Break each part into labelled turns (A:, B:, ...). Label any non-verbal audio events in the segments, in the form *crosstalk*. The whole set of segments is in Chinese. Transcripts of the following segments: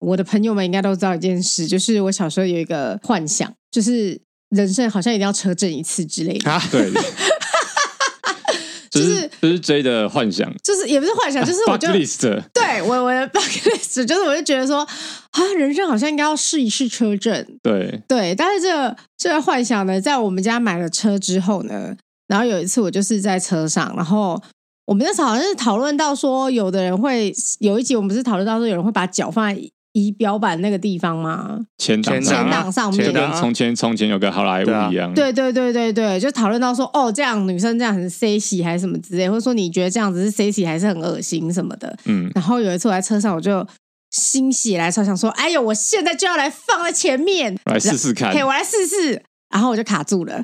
A: 我的朋友们应该都知道一件事，就是我小时候有一个幻想，就是人生好像一定要车震一次之类的，
B: *laughs* 啊，
A: *laughs*
C: 对，
A: 就
B: 这
A: 是
B: 是这是 J 的幻想
A: 就是也不是幻想，就是我就
B: 啊 bucket list，
A: 对我我的 bucket list *laughs* 就是我就觉得说啊，人生好像应该要试一试车震，
B: 对，
A: 对，但是这个这个幻想呢，在我们家买了车之后呢，然后有一次我就是在车上，然后我们那时候好像是讨论到说，有的人会有一集我们不是讨论到说有人会把脚放在仪表板那个地方吗？
B: 前挡
C: 前
A: 挡
B: 上
A: 前挡上面啊
B: 就
C: 前
B: 跟
C: 挡
B: 从前从前有个好莱
C: 对啊
B: 坞一样，
A: 对对对对对，就讨论到说哦，这样女生这样很 sexy 还是什么之类，或者说你觉得这样子是 sexy 还是很恶心什么的。
B: 嗯，
A: 然后有一次我在车上，我就心血来潮想说，哎呦，我现在就要来放在前面，
B: 来试试看
A: 嘿，我来试试。然后我就卡住
B: *laughs*
A: 了，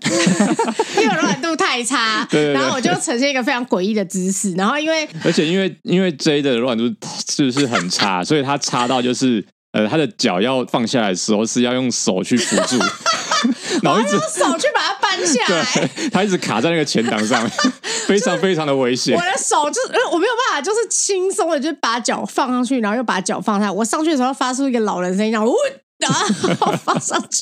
A: 因为我软度太差，
B: 对对对
A: 然后我就呈现一个非常诡异的姿势。然后因
B: *laughs*
A: 为
B: 而且因为因为 J 的乱度就是很差，所以他差到就是呃，他的脚要放下来的时候是要用手去扶
A: *laughs*
B: 住，然后一直
A: 用手去把它搬下来，
B: 对，他一直卡在那个前挡
A: *laughs*
B: 上，非常非常的危险
A: 我。的手就是呃我没有办法，就是轻松的，就是把脚放上去，然后又把脚放下来。我上去的时候发出一个老人声音，然后呜。 *laughs* 然后放上去，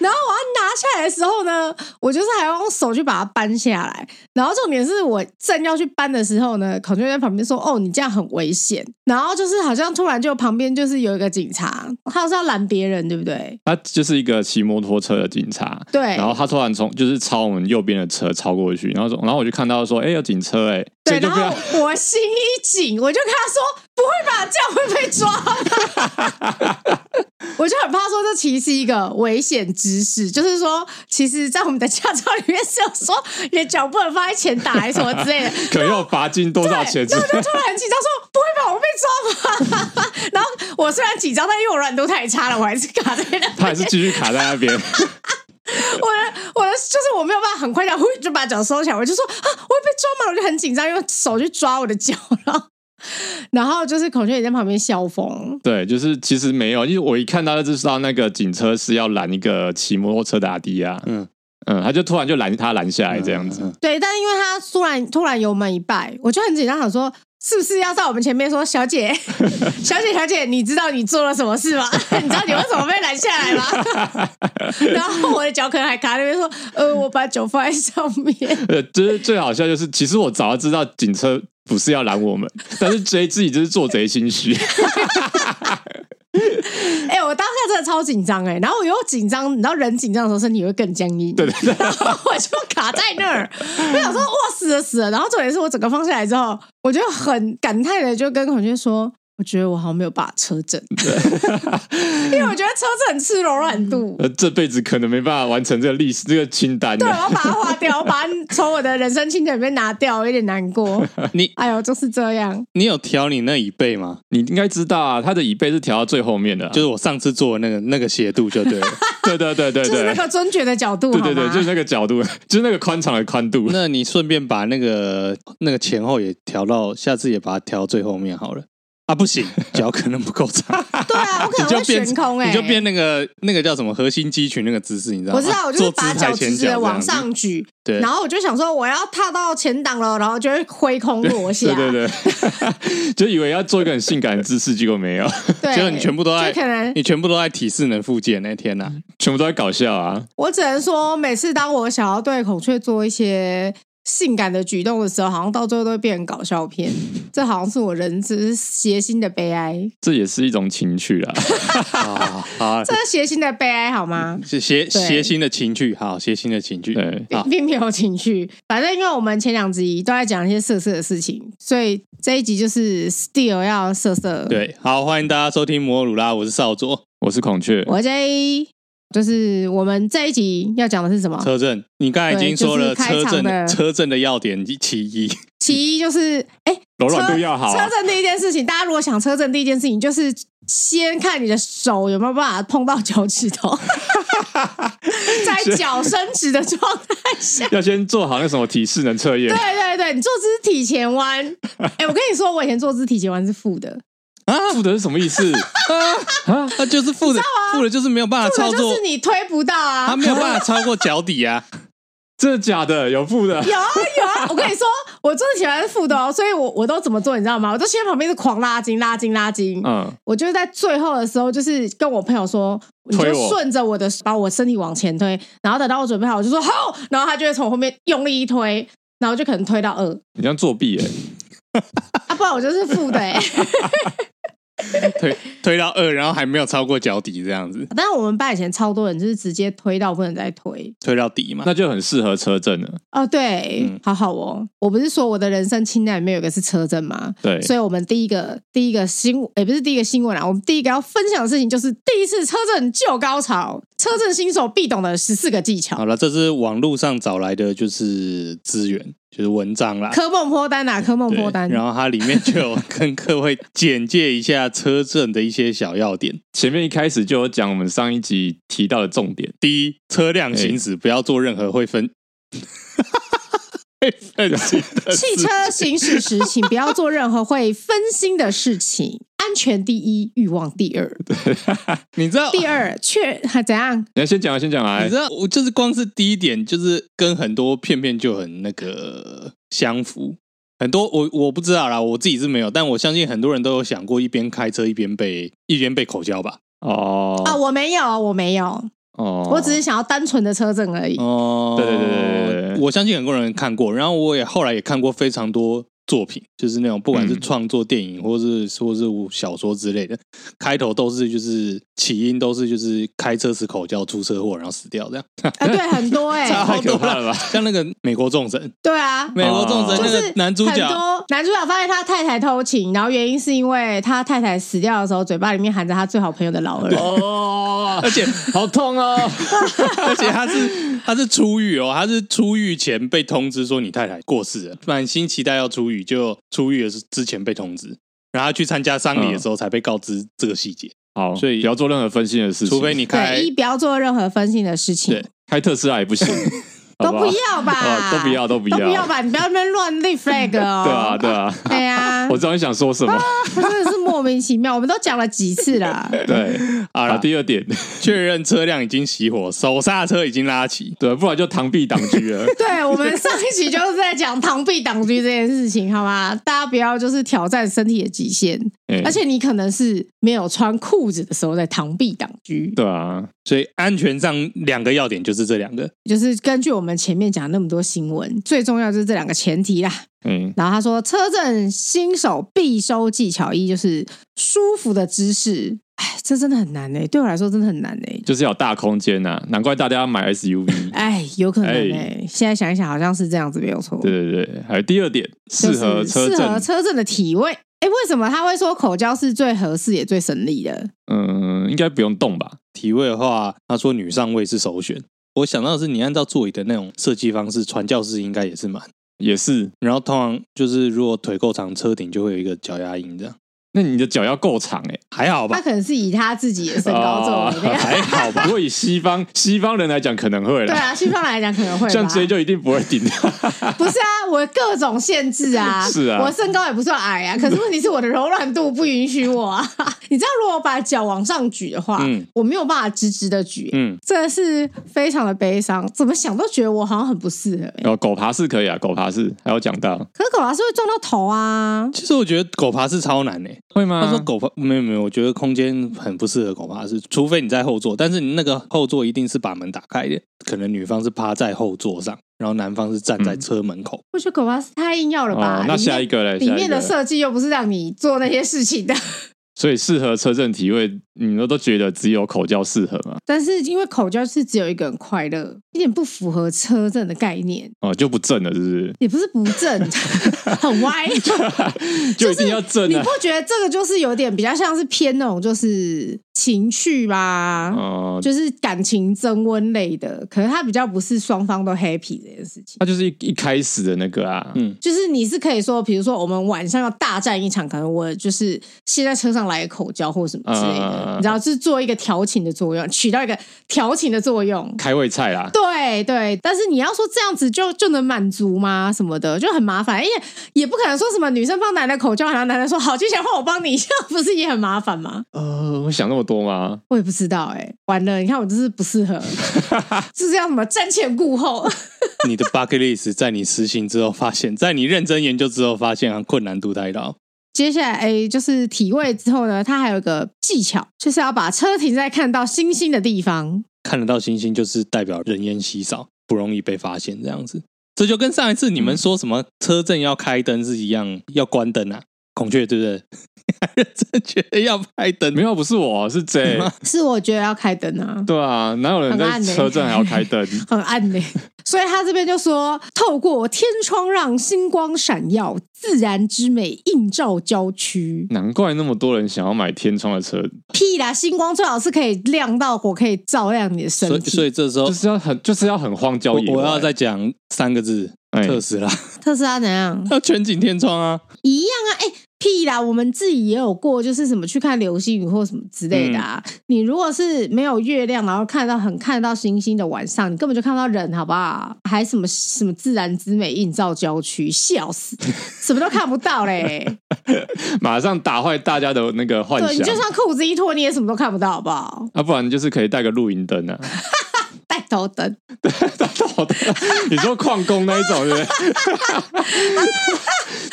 A: 然后我要拿下来的时候呢，我就是还要用手去把它搬下来。然后重点是我正要去搬的时候呢，孔雀在旁边说：“哦，你这样很危险。”然后就是好像突然就旁边就是有一个警察，他是要拦别人，对不对？
B: 他就是一个骑摩托车的警察，
A: 对。
B: 然后他突然从就是超我们右边的车超过去，然后说，然后我就看到说，哎、有警车哎、所
A: 对，
B: 以就
A: 然
B: 不要
A: 后我心一紧，我就跟他说：“不会吧，这样会被抓吧？” *laughs* 我就很怕说这其实是一个危险知识，就是说，其实，在我们的驾照里面是有说你的脚不能放在前打，还是什么之类的。
B: 可能要罚金 *laughs* 多
A: 对，
B: 少钱之
A: 然后
B: 类
A: 我就突然很紧张说：“不会吧，我被抓吧？” *laughs* 然后我虽然紧张，但因为我软度太差了，我还是卡在那边。
B: *laughs* 他还是继续卡在那边，
A: 我的我的就是我没有办法很快的，呼就把脚收起来，我就说啊，我会被抓吗？我就很紧张，用手去抓我的脚，然后然后就是孔雀也在旁边笑疯。
B: *laughs* 对，就是其实没有，因为我一看到就知道那个警车是要拦一个骑摩托车的阿迪亚，
C: 嗯，
B: 嗯，他就突然就拦他拦下来这样子，
C: 嗯，
A: 对，但因为他突然突然油门一拜，我就很紧张，想说是不是要在我们前面说小姐 *laughs* 小姐小姐，你知道你做了什么事吗？ *laughs* 你知道你为什么被拦下来吗？ *laughs* 然后我的脚可能还卡在那边说，呃，我把脚放在上面。
C: 嗯
B: 呃，就是最好笑就是，其实我早就知道警车不是要拦我
C: *laughs*
B: 们，但是 J 自己就是做贼心虚， *laughs*
A: *laughs* 哎、我当下真的超紧张哎，然后我又紧张，你知道人紧张的时候身体会更僵硬，对对对， *laughs* 然后我就卡在那儿，我想说哇死了死了，然后重点是我整个放下来之后，我就很感叹的就跟孔雀说。我觉得我好像没有把车震， *laughs* 因为我觉得车震很吃柔软度。
B: 呃，这辈子可能没办法完成这个历史这个清单
A: 对，我
B: 了。
A: 要把它划掉，我把它从我的人生清单里面拿掉，我有点难过。
C: 你
A: 哎呦，就是这样。
C: 你有调你那椅背吗？
B: 你应该知道啊，他的椅背是调到最后面的啊、
C: 就是我上次做的那个那个斜度就
A: *laughs*
C: 对了。
B: 对对对对
A: 就是那
B: 对，
A: 个尊爵的角度，
B: 对对对，
A: 好吗
B: 就是那个角度，就是那个宽敞的宽度。
C: 那你顺便把那个那个前后也调到，下次也把它调到最后面好了。啊，不行，脚可能不
A: *laughs*
C: 够长，
A: 对啊，我可
C: 你
A: 能
C: 就
A: 会
C: 变
A: 悬空哎、
C: 你就变那个那个叫什么核心肌群那个姿势，你知道吗？
A: 我知道，我就是
C: 坐
A: 把
C: 啊姿态
A: 脚
C: 前
A: 直直的
C: 脚
A: 往
C: 这样子，
A: 上举，
C: 对
A: 然后我就想说我要踏到前挡了，然后就会挥空落
C: *laughs*
A: 下，
B: 对对对， *laughs* 就以为要做一个很性感的姿势，结果没有，
A: 对
C: 结果你全部都在
A: 就可能
C: 你全部都在体适能附件那天呐、
A: 嗯
B: 全部都在搞笑啊！
A: 我只能说，每次当我想要对孔雀做一些性感的举动的时候，好像到最后都会变成搞笑
C: *laughs*
A: 片，这好像是我人之邪心的悲哀，
B: 这也是一种情趣
A: *laughs*
B: 啦。
C: 啊，好，
A: 这是邪心的悲哀好吗？
C: 是谐
A: 对
C: 谐星的情趣，好，谐星的情趣，
B: 对，
C: *laughs* 好，
A: 并没有情绪，反正因为我们前两集都在讲一些色色的事情，所以这一集就是 still 要色色。
C: 对，好，欢迎大家收听摩尔鲁拉，我是少佐
B: 我是孔雀，
A: 我这一就是我们这一集要讲的是什么？
C: 车震。你刚才已经说了
A: 对就是开
C: 车
A: 场
C: 震
A: 的
C: 车震的要点其一，
A: 其一就是，哎、
B: 柔
A: 车
B: 软度要好啊
A: 车。震第一件事情，大家如果想车震第一件事情，就是先看你的手有没有办法碰到脚趾
B: *laughs*
A: 头，在脚伸直的状态下。
B: 要先做好那什么体适能测验
A: 对，啊对对，你坐肢体前弯，哎、我跟你说，我以前坐肢体前弯是负
B: *laughs*
A: 的，
B: 负责是什么
A: *laughs*
B: 意思？
C: 啊，他就是负的，负的就是没有办法
A: 负
C: 操
A: 的就
C: 作
A: 是，你推不到
C: 他
A: 啊。
C: 没有办法超过脚底啊。
B: 真的假的？有负的？
A: *laughs* 有啊有啊，啊，我跟你说，我真的喜欢腹的哦，所以我我都怎么做，你知道吗？我都先在旁边是狂拉筋，拉筋，拉筋。
B: 嗯，
A: 我就是在最后的时候，就是跟我朋友说，你
B: 推
A: 就
B: 我
A: 顺着我的把我身体往前推，然后等到我准备好，我就说好，然后他就会从后面用力一推，然后就可能推到二
B: 你这样作弊哎、
A: 嗯啊，不然我就是负的哎、
C: *laughs* 推推到二，然后还没有超过脚底这样子，
A: 但是我们班以前超多人就是直接推到不能再推
C: 推到底嘛。
B: 那就很适合车震了。
A: 哦，对，
C: 嗯
A: 好好哦，我不是说我的人生清单里面有一个是车震吗？
B: 对，
A: 所以我们第一个第一个新也、不是第一个新闻啦，我们第一个要分享的事情就是第一次车震就高潮，车震新手必懂的十四个技巧
C: 好。了，这是网络上找来的，就是资源，就是文章啦。
A: 科梦坡单啊，科梦坡单
C: 对，然后它里面就有跟各位简介一下车震的一些小要点。
B: 前面一开始就有讲我们上一集提到的重点， *laughs*
C: 第一，车辆行驶不要做任何会分 *laughs* 会分心
B: *laughs*
C: 的事
A: 汽车行驶时，请不要做任何会分心的事情，安全第一，欲望第二。
C: 你知道？
A: 第二，确还怎样？
B: 你要先讲啊，先讲啊
C: 你知。道，我就是光是第一点，就是跟很多片片就很那个相符。很多我我不知道啦，我自己是没有，但我相信很多人都有想过一边开车一边被一边被口交吧。
B: 哦
A: 啊，我没有，我没有，
B: 哦，
A: 啊我只是想要单纯的车震而已。
C: 哦，
B: 嗯对对对对对对
C: 我相信很多人看过，然后我也后来也看过非常多作品，就是那种不管是
B: 嗯
C: 创作电影或是或是小说之类的，开头都是就是起因都是就是开车时口交出车祸然后死掉这样，
A: 啊，对，很多
B: *laughs*
A: 哎、 *laughs*
B: 太
C: 差好
B: 可
C: 多
B: 怕了吧？
C: 像那个美国众神，
A: 对啊，
C: 美国
B: 哦
C: 众神
A: 就
C: 那
A: 是
C: 个男主
A: 很
C: 角。
A: 多男主角发现他太太偷情，然后原因是因为他太太死掉的时候，嘴巴里面含着他最好朋友的老二。
B: 哦，
A: *laughs*
C: 而且
B: 好痛哦！
C: 而且他是他是出狱哦，他是出狱前被通知说你太太过世了，满心期待要出狱，就出狱的是之前被通知，然后他去参加丧礼的时候才被告知这个细节。
B: 好，
C: 所以
B: 不要做任何分心的事情，
C: 除非你开
A: 对，一不要做任何分心的事情
C: 对，
B: 开特斯拉也不
A: *laughs*
B: 行，
A: 都
B: 好不好
A: 不要吧
B: *laughs* 哦，都不要，都不
A: 都
B: 要，
A: 不要吧，你不要在那边乱
B: *laughs*
A: 立 flag 哦。
B: 对啊，对
A: *laughs*
B: 啊。
A: 对啊，
B: 我知道你想说
A: *laughs*
B: 什么，
A: 真的是莫名其妙，我们都讲了几次了。
B: 啊对。
C: 好
B: 好，
C: 了，
B: 第二点，
C: 确认车辆已经熄火，手刹车已经拉起。
B: 对，啊不然就螳臂挡车
A: *laughs*
B: 了。
A: 对，我们上一集就是在讲螳臂挡车这件事情，好吗？大家不要就是挑战身体的极限，
B: 哎
A: 而且你可能是没有穿裤子的时候在螳臂挡车。
B: 对啊，
C: 所以安全上两个要点就是这两个。
A: 就是根据我们前面讲那么多新闻，最重要就是这两个前提啦。
B: 嗯，
A: 然后他说，车震新手必修技巧一就是舒服的姿势。哎，这真的很难呢、对我来说真的很难欸呢、
B: 就是要有大空间呐，难怪大家要
A: *laughs*
B: 买 SUV。
A: 哎，有可能呢、
B: 哎
A: 现在想一想，好像是这样子，没有错。
B: 对对对，还有第二点，
A: 就
B: 适
A: 是
B: 合车
A: 适合
B: 震。
A: 车震的体位。哎，为什么他会说口交是最合适也最省力的？
B: 嗯，应该不用动吧？
C: 体位的话，他说女上位是首选。我想到的是你按照座椅的那种设计方式，传教士应该也是蛮。
B: 也是，
C: 然后通常就是如果腿够长，车顶就会有一个脚丫印，这样
B: 那你的脚要够长哎。
C: 还好
A: 他
C: 吧？
A: 可能是以他自己的身高作为那 *laughs* 个。
B: 哦还好吧？如果以西方西方人来讲，可能会
A: 对
B: 啦。
A: 啊，西方来讲可能会吧
B: 像 J 就一定不会顶到。
A: *laughs*
B: *laughs*
A: 不是啊，我各种限制啊，
B: 是啊嗯
A: 我身高也不算矮啊，可是问题是我的柔软度不允许我啊。 *laughs* 你知道，如果我把脚往上举的话，
C: 嗯
A: 我没有办法直直的举，
C: 嗯，
A: 真的是非常的悲伤。怎么想都觉得我好像很不适合、欸。
B: 哦，狗爬式可以啊，狗爬式还有讲到
A: 可是狗还是会撞到头啊，
C: 其实我觉得狗爬是超难诶、欸
B: 会吗
C: 他说狗爬没有没有，我觉得空间很不适合狗爬式，除非你在后座，但是你那个后座一定是把门打开的，可能女方是趴在后座上，然后男方是站在车门口。
A: 我觉得狗巴是太硬要了吧？
B: 哦，那
A: 里面
B: 下一个嘞，
A: 里面的
B: 下一个嘞
A: 设计又不是让你做那些事
B: *laughs*
A: 情的，
B: 所以适合车震体位，你们都觉得只有口交适合嘛？
A: 但是因为口交是只有一个人快乐，有点不符合车震的概念，
B: 哦，就不正了，是不是？
A: 也不是不
B: *laughs*
A: 正，很歪。
B: 就一定要正
A: 你
B: 啊
A: 不！觉得这个就是有点比较像是偏那种就是情趣吧，
B: 哦，
A: 就是感情增温类的？可能它比较不是双方都 happy 这件事情。
B: 它就是一一开始的那个啊，
C: 嗯
A: 就是你是可以说，比如说我们晚上要大战一场，可能我就是先在车上来个口交或什么之类的
B: 嗯，
A: 你知道，就是做一个调情的作用，起到一个调情的作用。
B: 开胃菜啦。
A: 对对，但是你要说这样子就就能满足吗？什么的就很麻烦，因为也不可能说什么女生帮男的口交，然后男的说好，接下来换我帮你，这 *laughs* 样不是也很麻烦吗？
B: 呃，我想那么多吗？
A: 我也不欸知道哎、完了，你看我就是不适合，就是要什么瞻前顾后，
C: 你的 bucket list 在你实行之后发现，在你认真研究之后发现啊，困难度太大。
A: 接下来，哎，就是体位之后呢，它还有一个技巧，就是要把车停在看到星星的地方。
C: 看得到星星就是代表人烟稀少，不容易被发现这样子。这就跟上一次你们说什么车阵要开灯是一样，要关灯啊。孔雀对不 *laughs* 对？认真觉得要开灯，
B: 没有，不是我是 *laughs* J，
A: 是我觉得要开灯啊，
B: 对啊，哪有人
A: 很
B: 在
A: 暗欸
B: 车站还要开灯？
A: 很暗呢、 *laughs* 所以他这边就说，透过天窗让星光闪耀，自然之美映照郊区。
B: 难怪那么多人想要买天窗的车，
A: 屁啦，星光最好是可以亮到火，可以照亮你的身
C: 所以
A: 体。
C: 所以这时候
B: 就是要很就是要很荒郊
C: 我
B: 野外。
C: 哦我要再讲三个字：
B: 哎 *laughs*
C: 特斯拉
A: 特斯拉怎样？
C: 要全景天窗啊。
A: 一样啊，哎、屁啦，我们自己也有过，就是什么去看流星雨或什么之类的啊。
C: 嗯
A: 你如果是没有月亮，然后看到很看得到星星的晚上，你根本就看不到人，好不好？还什么什么自然之美映照郊区，笑死，什么都看不到嘞。
B: 马上打坏大家的那个幻
A: 对你
B: 想
A: 就算裤子一脱，你也什么都看不到，好不好？
B: 啊，不然就是可以带个露营灯啊，
A: 带头灯，
B: 大头灯，你说矿工那一种对不对？
A: *laughs*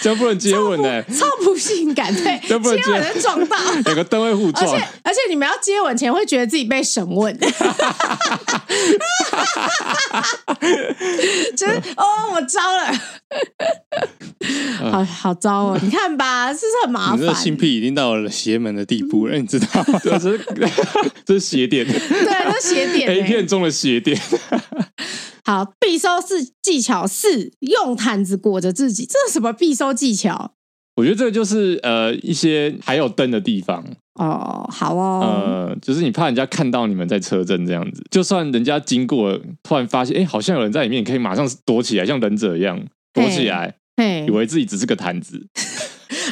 B: 这样不能接吻呢、
A: 超不性
B: *laughs*
A: 感，对，
B: 这不能
A: 接吻
B: 接
A: 能撞到。
B: *laughs* 两个灯会互
A: 而
B: 撞
A: 且，而且你们要接吻前会觉得自己被审
B: *laughs*
A: 问，就是哦，我招了，
B: 嗯
A: 好好招哦！你看吧，是不是很麻
C: 你这
A: 烦？嗯
C: 性癖已经到了邪门的地步了，你知道吗？
B: 对，这是 *laughs* 这是邪点
A: 对，这斜点、
B: *laughs* ，A
A: 欸。
B: 片中的邪点。
A: 好，必收是技巧四，用毯子裹着自己，这是什么必收技巧？
B: 我觉得这个就是呃一些还有灯的地方，
A: 哦，好哦，
B: 呃，就是你怕人家看到你们在车震这样子，就算人家经过了，突然发现哎、诶好像有人在里面，你可以马上躲起来，像忍者一样躲起来，
A: 嘿
B: 以，为自己只是个坛
A: *laughs*
B: 子。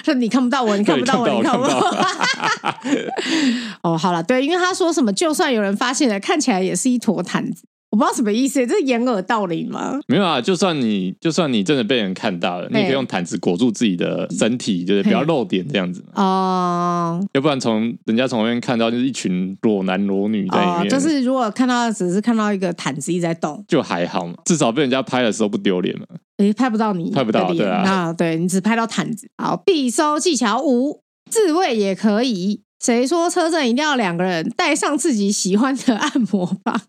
A: 说你看不到我，你看不到我，
B: 对
A: 你
B: 看
A: 看
B: 不
A: 不
B: 到 *laughs*
A: 到
B: 我
A: 我。 *laughs* 哦，好了，对，因为他说什么，就算有人发现了，看起来也是一坨毯子，我不知道什么意思，这是掩耳盗铃吗？
B: 没有啊，就算你就算你真的被人看到了，你也可以用毯子裹住自己的身体，就是不要露点这样子嘛，
A: 哦
B: 要不然从人家从外面看到就是一群裸男裸女在里
A: 哦，
B: 面，
A: 就是如果看到只是看到一个毯子一直在动，
B: 就还好嘛，至少被人家拍的时候不丢脸嘛。
A: 诶，拍不到你的脸，
B: 拍不到对啊
A: 对你只拍到毯子。好，必收技巧五，自慰也可以。谁说车震一定要两个人带上自己喜欢的按摩棒，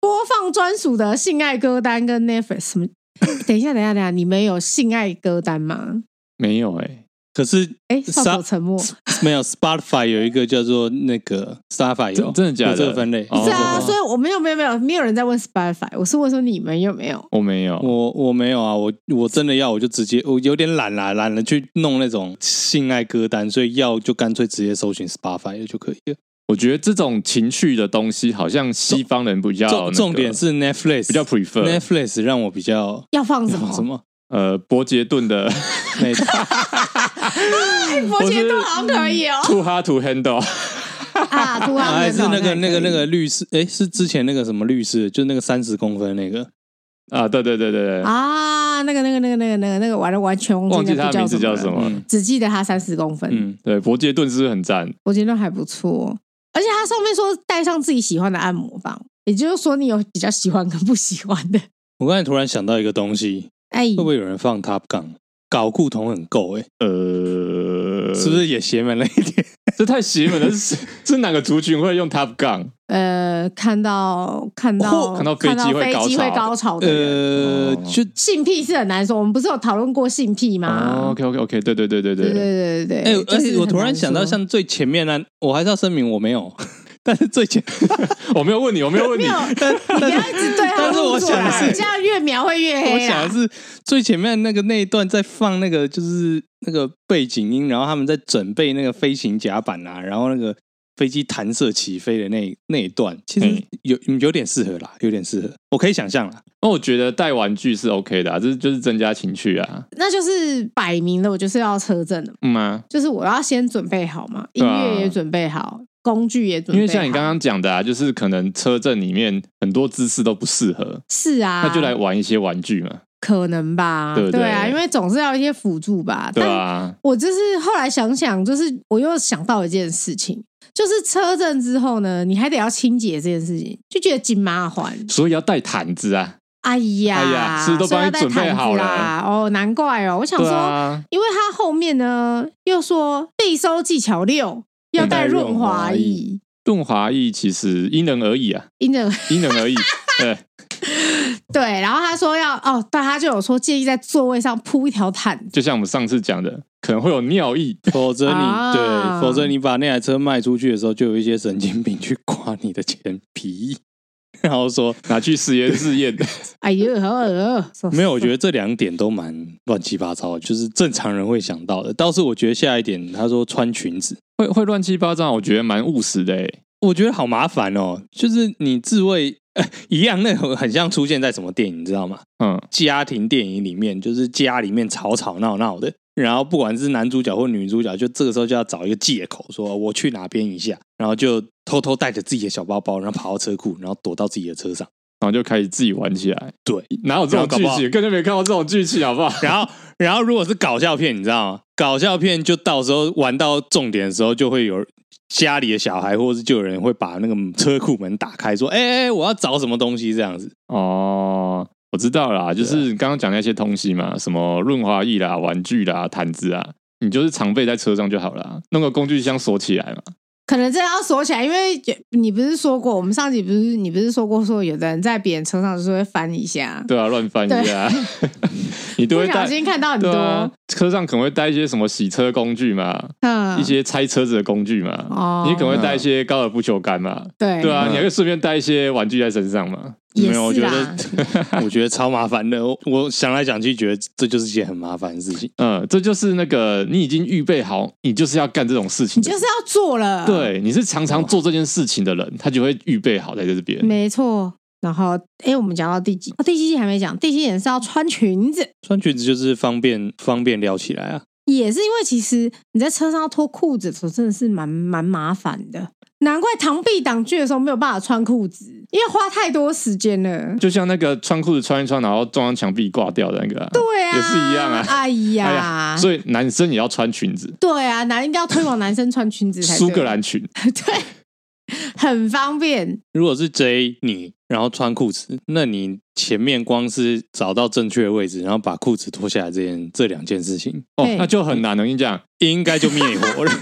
A: 播放专属的性爱歌单跟 Netflix 什么？等一下，等一下，等一下，你们有性爱歌单吗？
B: 没有哎、
C: 可是
A: 哎，少
C: 啥哦
A: 佐沉默，
C: 没有 Spotify 有一个叫做那个 Spotify 有
B: 真真的假的
C: 有这个分类？
B: 哦
A: 是啊，
B: 哦
A: 所以我没有，没有，没有，没有人在问 Spotify，我是问说你们有没有？
B: 我没有，
C: 我我没有啊，我我真的要我就直接，我有点懒啦，懒得去弄那种性爱歌单，所以要就干脆直接搜寻 Spotify 就可以了。
B: 我觉得这种情趣的东西好像西方人比较、那
C: 重
B: 个
C: 重点是 Netflix
B: 比较 prefer
C: Netflix 让我比较
A: 要放什么？
C: 什么？
B: 呃伯杰顿的
A: *laughs*
C: 那
A: 哎，摩羯座好像可以
B: *laughs*
A: 哦。
B: Too Hard to Handle，
A: 啊，突然
C: 哎还是那个那个那
A: 个。
C: 个律师？哎，是之前那个什么律师？就那个三十公分那个，
B: 啊，对对对
A: *laughs*
B: 对对，
A: 啊，那个、那个、那个、那个、那个、那个，完了，完全
B: 忘记
A: 那
B: 他
A: 部
B: 的名字叫什
A: 了，
B: 么了。
C: 嗯
A: 只记得他三十公分，
C: 嗯，
B: 对，伯杰顿是不是很赞？
A: 我觉得还不错。而且他上面说带上自己喜欢的按摩棒，也就是说你有比较喜欢跟不喜欢的。
C: 我刚才突然想到一个东西，
A: 哎，
C: 会不会有人放 Top Gun？搞裤筒很够哎、
B: 呃，
C: 是不是也邪门了一点？
B: 这太邪门了？是是哪个族群会用 Top Gun？
A: 呃，看到看到
B: 嚯看到飞
A: 看
B: 机会
A: 飞机
B: 高
A: 会
B: 潮
A: 高潮的人，
C: 呃，
B: 哦
C: 就
A: 性癖是很难说。我们不是有讨论过性癖
B: 哦
A: 吗？
B: ，OK OK OK，对对对对
A: 啊对
B: 对，
A: 对对
C: 哎、
A: 对对，
C: 而
A: 就是
C: 且我突
A: 很
C: 然
A: 难
C: 想到，
A: 说
C: 像最前面呢、我还是要声明我没有，但是最前，
B: *laughs* 我没有问你，我没有问
A: 没
B: 你 *laughs*
A: 有，，
C: 但
A: 你不
C: 但
A: 要
C: 是
A: 一直对他
C: 但是我
A: 入座
C: 想的
A: 啦，
C: 是
A: 你这样越描会越
C: 我
A: 黑
C: 想的
A: 啦。
C: 是最前面那个那一段在放那个就是那个背景音，然后他们在准备那个飞行甲板啊，然后那个飞机弹射起飞的那那一段，其实
B: 嗯
C: 有有点适合啦，有点适合，我可以想象啦。
B: 那我觉得带玩具是 OK 的、啊，这就是增加情趣啊，
A: 那就是摆明了，我就是要车震的嘛，
B: 嗯啊，
A: 就是我要先准备好嘛，音
B: 对啊
A: 乐也准备好，工具也准备
B: 因
A: 好。
B: 为像你刚刚讲的啊，就是可能车震里面很多姿势都不适合，
A: 是啊，
B: 那就来玩一些玩具嘛，
A: 可能吧，
B: 对不对
A: 啊，因为总是要一些辅助吧。
B: 对
A: 但
B: 啊，
A: 我就是后来想想，就是我又想到一件事情，就是车震之后呢，你还得要清洁这件事情，就觉得紧麻烦。
B: 所以要带毯子啊，
A: 哎呀，
B: 哎呀是不是都帮
A: 所
B: 你
A: 以要带
B: 准备
A: 毯子
B: 好了
A: 啦哦，难怪哦，我想
B: 对
A: 说，
B: 啊，
A: 因为它后面呢又说必收技巧六要带润滑
C: 要带润滑
A: 液
C: 液，
B: 润滑液其实因人而异啊，
A: 因着
B: 因人而异。对，
A: 对，然后他说要哦，对，他就有说建议在座位上铺一条毯子，
B: 就像我们上次讲的，可能会有尿意。
C: 否则你、
A: 啊
C: 对，否则你把那台车卖出去的时候，就有一些神经病去刮你的前皮， *laughs* 然后说
B: 拿 *laughs* 去实验室验，
A: 哎呦，好恶哦心
C: 没有。我觉得这两点都蛮乱七八糟的，就是正常人会想到的。倒是我觉得下一点，他说穿裙子，
B: 会会乱七八糟，我觉得蛮务实的欸诶。
C: 我觉得好麻烦哦，就是你自慰。 *laughs* 呃一样，那很很像出现在什么电影，你知道吗？
B: 嗯，
C: 家庭电影里面，就是家里面吵吵闹闹的，然后不管是男主角或女主角，就这个时候就要找一个借口，说我去哪边一下，然后就偷偷带着自己的小包包，然后跑到车库，然后躲到自己的车上，
B: 然后就开始自己玩起来。
C: 对，
B: 哪有这种剧
C: 然后搞不
B: 情？根本没看过这种剧情，好不好？
C: 然后，然后如果是搞笑片，你知道吗？搞笑片就到时候玩到重点的时候，就会有家里的小孩，或是就有人会把那个车库门打开，说：“哎、哎、我要找什么东西。”这样子，
B: 哦，我知道啦，就是刚刚讲那些东西嘛，什么润滑液啦、玩具啦、毯子啊，你就是常备在车上就好啦，弄个工具箱锁起来嘛。
A: 可能真的要锁起来，因为也你不是说过，我们上集不是你不是说过，说有的人在别人车上就是会翻一下，
B: 对啊，乱翻一下， *laughs* 你都
A: 不
B: 会
A: *laughs*
B: 带
A: 小。心看到很
B: 对啊
A: 多，，
B: 车上可能会带一些什么洗车工具嘛，
A: 嗯，
B: 一些拆车子的工具嘛，
A: 哦
B: 你可能会带一些高尔夫球杆嘛，
A: 对
B: 对啊，
C: 嗯
B: 你还会顺便带一些玩具在身上嘛。
A: 也
C: 没有，我
A: 是
C: 觉
A: 啦
C: *laughs* 得，我觉得超麻烦的。我我想来想去，觉得这就是一件很麻烦的事情。
B: 嗯，这就是那个你已经预备好，你就是要干这种事情
A: 你
B: 的，
A: 就是呃要做了，，
B: 对，你是常常做这件事情的人，他就会预备好在这边。
A: 没错。然后，哎，我们讲到第几？哦，第七集还没讲，第七点是要穿裙子，
C: 穿裙子就是方便方便撩起来啊。
A: 也是因为其实你在车上要脱裤子的时候，真的是蛮蛮麻烦的。难怪螳臂挡车的时候没有办法穿裤子，因为花太多时间了。
B: 就像那个穿裤子穿一穿，然后撞上墙壁挂掉的那个啊、
A: 对啊，
B: 也是一样啊
A: 哎呀，
B: 哎呀，所以男生也要穿裙子，
A: 对啊，男应该要推广男生穿裙子才对
B: *laughs* 苏格，兰裙。
A: 对，很方便。
C: 如果是 J 你，然后穿裤子，那你前面光是找到正确的位置，然后把裤子脱下来这件这两件事情，
B: 哦
A: 对，
B: 那就很难了。我跟你讲，
C: 应该就灭火
A: *laughs*
C: 了。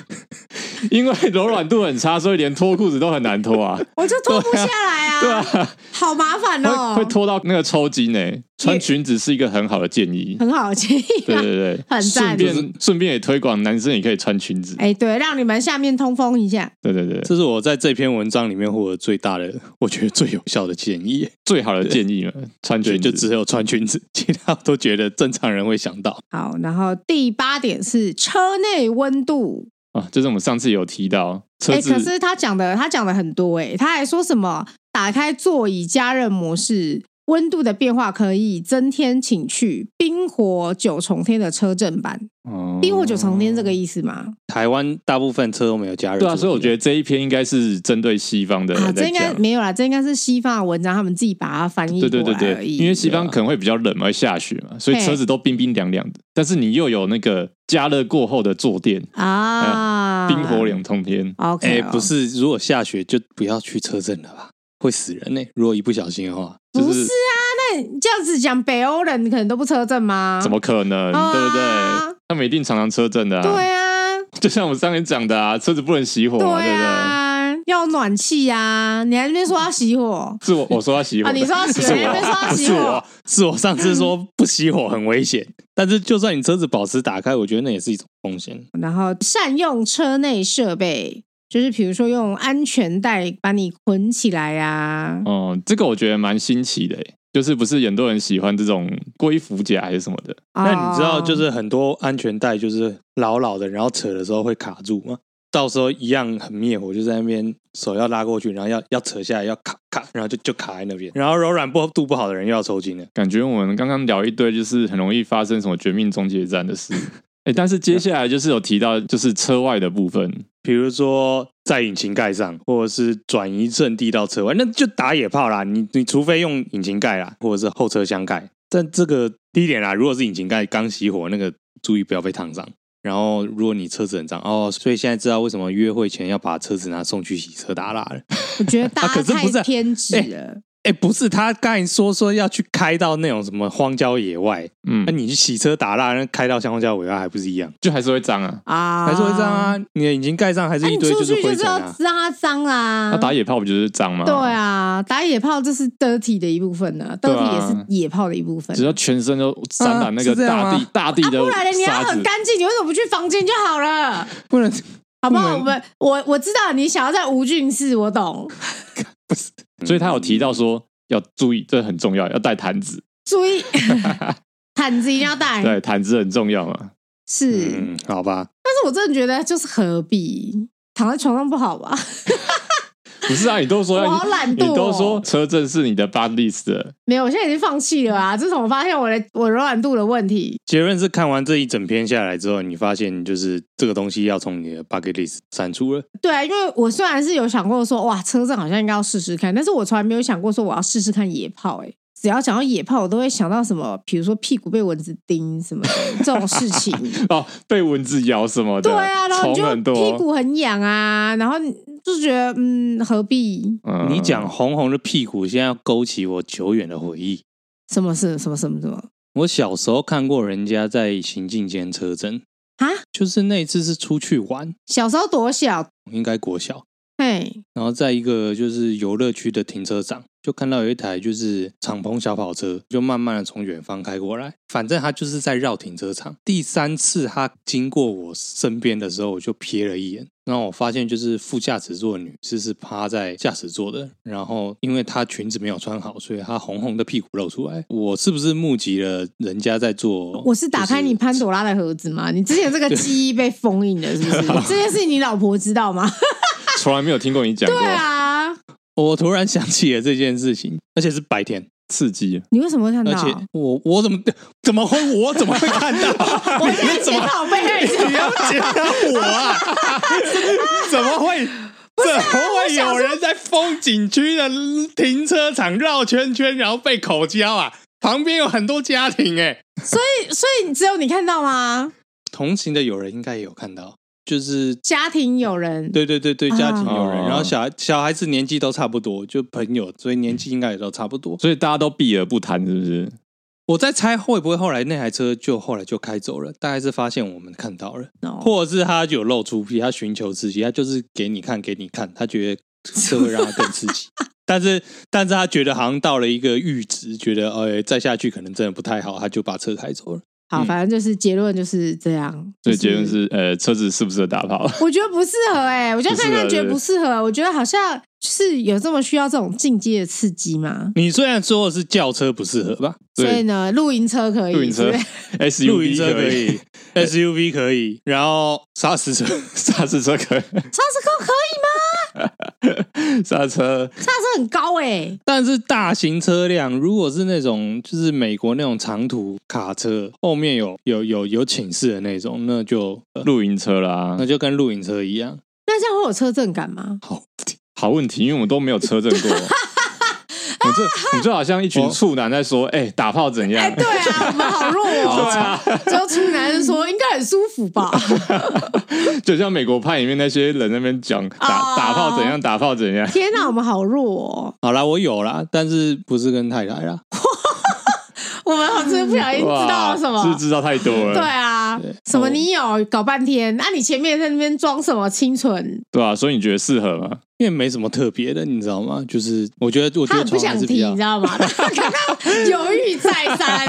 B: 因为柔软度很差，所以连脱裤子都很难脱啊。
A: 我就脱不下来啊，
B: 对啊，
A: *laughs* 好麻烦哦，
B: 会会脱到那个抽筋诶、穿裙子是一个很好的建议。
A: *laughs* 很好的建议
B: 对
A: 啊。
B: 对对，
A: 很赞
B: 顺便顺便也推广男生也可以穿裙子。
A: *laughs* 哎，对，让你们下面通风一下。
B: 对对对，
C: 这是我在这篇文章里面获得最大的， *laughs* 我觉得最有效的建议。
B: 最好的建议了，穿
C: 对，
B: 裙
C: 就
B: 子
C: 只有穿裙子， *laughs* 其他我都觉得正常人会想到。
A: 好，然后第八点是车内温度，
B: 啊，这是我们上次有提到车
A: 哎，
B: 子
A: 可是他讲的他讲的很多哎，他还说什么打开座椅加热模式，温度的变化可以增添情趣，冰火九重天的车震版，
B: 哦
A: 冰火九重天这个意思吗？
C: 台湾大部分车都没有加热，
B: 对啊，所以我觉
C: 得
B: 得这一篇应该是针对西方的
A: 啊，
B: 人
A: 这
B: 在
A: 应该
B: 讲。
A: 没有啦，这应该是西方的文章，他们自己把它翻译
B: 对对
A: 过
B: 对
A: 来
B: 对
A: 而，已。啊
B: 因为西方可能会比较冷嘛，会下雪嘛，所以
A: 嘿
B: 车子都冰冰凉凉的。但是你又有那个加热过后的坐垫，
A: 啊，
B: 哎冰火两重天。
A: OK，
C: 哎、
B: 啊
A: 哦
C: 不，是，如果下雪就不要去车震了吧，会死人呢、如果一不小心的话，
A: 不
B: 就是是
A: 啊，那你这样子讲，北欧人可能都不车震吗？
B: 怎么可能？
A: 啊
B: 对不对？他们一定常常车震的啊。
A: 对啊，
B: *laughs* 就像我们上面讲的啊，车子不能熄火嘛，对不对？
A: 啊，要暖气啊，你还在那边说要熄火
B: 是我我说要熄火
A: 啊？
B: 的，
A: 你说要
C: 不
A: 熄
C: 是
A: 火，你还在那边说要
C: 我，不
B: 啊
C: 是
A: 熄
C: 我
A: 火，，
C: 是我上次说不熄火很危险，但是就算你车子保持打开，我觉得那也是一种风险。
A: 然后善用车内设备。就是比如说用安全带把你捆起来啊，
B: 哦、这个我觉得蛮新奇的欸，就是不是很多人喜欢这种龟服夹还是什么的？
C: 那你知道，就
A: 哦
C: 是很多安全带就是牢牢的，然后扯的时候会卡住吗？到时候一样很灭火，就在那边手要拉过去，然后要要扯下来，要卡卡，然后就就卡在那边，然后柔软不度不好的人又要抽筋了。
B: 感觉我们刚刚聊一堆，就是很容易发生什么绝命终结战的事。 *laughs* 哎、但是接下来就是有提到，就是车外的部分，
C: 比如说在引擎盖上，或者是转移阵地到车外，那就打野炮啦。你你除非用引擎盖啦，或者是后车厢盖。但这个第一点啦，如果是引擎盖刚熄火，那个注意不要被烫伤。然后，如果你车子很脏哦，所以现在知道为什么约会前要把车子拿送去洗车打蜡了。 *laughs*
A: 我觉得大
C: 啊
A: 家
C: 可是不是
A: 太偏执
C: 哎
A: 了。
C: 哎、哎、不是，他刚才说说要去开到那种什么荒郊野外，
B: 嗯
C: 那、，你去洗车打蜡，那开到像荒郊野外还不是一样？
B: 就还是会脏啊。
A: 啊，
C: 哎还是会这样啊，你的引擎盖上还
A: 啊，
C: 是一
A: 你
C: 堆
A: 出
C: 是
A: 去就
C: 灰
A: 是
C: 尘
A: 要
C: 啊。
A: 让它脏啦。
B: 那打野炮不就是脏吗？
A: 对，啊，打野炮这是 dirty 的一部分呢
B: 对啊
A: ，dirty 也是野炮的一部分
B: 只。要全身都沾
C: 啊
B: 满那个
C: 是这样
B: 大地
C: 吗
B: 大地的
A: 啊不然你要
B: 沙
A: 很
B: 子，
A: 干净，你为什么不去房间就好了？
C: *laughs* 不能
A: 好不好？
C: 不能
A: 我们我我知道你想要在无菌室，我懂。
B: 所以他有提到说
A: 嗯
B: 要注意，这很重要，要带毯子。
A: 注意， *laughs* 毯子一定要
C: *laughs*
A: 带。
B: 对，毯子很重要嘛。
A: 是，
C: 嗯，好吧，
A: 但是我真的觉得就是何必躺在床上不好
B: *laughs*
A: 吧？
B: 不是啊，你都说要
A: *laughs* 我好懒
B: 你
A: 惰、哦，
B: 都说车震是你的 b u d list 了
A: 没有，我现在已经放弃了啊！自从我发现我的我柔软度的问题，
C: 结论是看完这一整篇下来之后，你发现就是这个东西要从你的 bucket list 删除了。
A: 对啊，因为我虽然是有想过说哇，车震好像应该要试试看，但是我从来没有想过说我要试试看野炮、欸。哎，只要讲到野炮，我都会想到什么，比如说屁股被蚊子叮什么的这种事
B: *laughs*
A: 情。
B: 哦，被蚊子咬什么的，
A: 对啊，然后你
B: 虫
A: 就
B: 很多。
A: 屁股很痒啊，然后你就觉得嗯，何必？
B: 嗯
C: 你讲红红的屁股，现在要勾起我久远的回忆。
A: 什么事？什么什么什么
C: 我小时候看过人家在行进间车震，
A: 啊？
C: 就是那一次是出去玩，
A: 小时候多小？
C: 应该国小，
A: 嘿，
C: 然后在一个就是游乐区的停车场，就看到有一台就是敞篷小跑车，就慢慢的从远方开过来。反正他就是在绕停车场。第三次他经过我身边的时候，我就瞥了一眼，然后我发现就是副驾驶座的女士是趴在驾驶座的，然后因为她裙子没有穿好，所以她红红的屁股露出来。我是不是目击了人家在做？
A: 我是打开你潘朵拉的盒子吗？你之前这个记忆被封印了，是不是？这件事你老婆知道
B: *laughs*
A: 吗？
B: 从来没有听过你讲
A: *laughs*
B: 过
A: 对，啊，
C: 我突然想起了这件事情，而且是白天，
B: 刺激。
A: 你为什么会看
C: 而
A: 到？
C: 且我我怎么怎么会我怎么会看到？
A: *laughs* 我现
B: *laughs*
A: 在检讨被害者，
C: 你要检讨我啊？怎么会？怎么会有人在风景区的停车场绕圈圈，然后被口交啊？旁边有很多家庭哎、
A: 所以只有你看到吗？
C: 同行的友人应该也有看到，就是
A: 家庭友人，
C: 对对对对，家庭友人，
B: 啊
C: 然后小孩小孩子年纪都差不多，就朋友，所以年纪应该也都差不多。
B: 所以大家都避而不谈，是不是？
C: 我在猜会不会后来那台车就后来就开走了，大概是发现我们看到了，
A: 哦
C: 或者是他有露出皮，他寻求刺激，他就是给你看给你看，他觉得这会让他更刺
B: *laughs*
C: 激。但是，但是他觉得好像到了一个阈值，觉得哎、再下去可能真的不太好，他就把车开走了。
A: 好，反正就是结论就是这样。就是
B: 所以嗯结论是，呃，车子适不适合打炮？
A: 我觉得不适合哎、我就看看
B: 不适合
A: 觉得不适合。我觉得好像是有这么需要这种进阶的刺激吗？
C: 你虽然说的是轿车不适合
B: *laughs*
C: 吧，
B: 对
A: 所以呢，露营车可以，
B: 露营车哎
A: 是不 *laughs* 是
B: *laughs* SUV
C: 露营车可
B: 可
C: *laughs*
B: 以，
C: 以，SUV 可以，然后砂石车， *laughs*
B: 刹车车可以，
A: 刹车扣可以吗？
B: *laughs* 刹车
A: 刹车很高哎、
C: 但是大型车辆，如果是那种就是美国那种长途卡车，后面有有有有寝室的那种，那就、呃
B: 露营车啦
C: 那。就跟露营车一样。
A: 那这样会有车震感
B: *laughs*
A: 吗？
B: 好问题，因为我们都没有车震过。你这你这好像一群处男在说，哎，打炮怎样？
A: 对啊，我们好弱
B: *laughs* 对
A: 哦。
B: 啊，
A: 只有处男人说应该很舒服吧？
B: 就像美国派里面那些人那边讲
A: 哦
B: 打
A: 哎
B: 打炮怎样，打炮怎样。
A: *laughs* 天哪，我们好弱哦！
C: 好啦，我有啦，但是不是跟太太啦？
A: 我们好像不小心知道
B: 哇，
A: 了什么
B: 是不。是知道太多了，
A: 对啊，什么你有搞半天？那、你前面在那边装什么清纯？
B: 对啊，所以你觉得适合吗？
C: 因为没什么特别的，你知道吗？就是我觉得，我觉
A: 他
C: 得
A: 很不
C: 床还
A: 想
C: 是比
A: 提，
C: 较
A: 你知道吗？ *laughs* 他刚刚犹豫再三，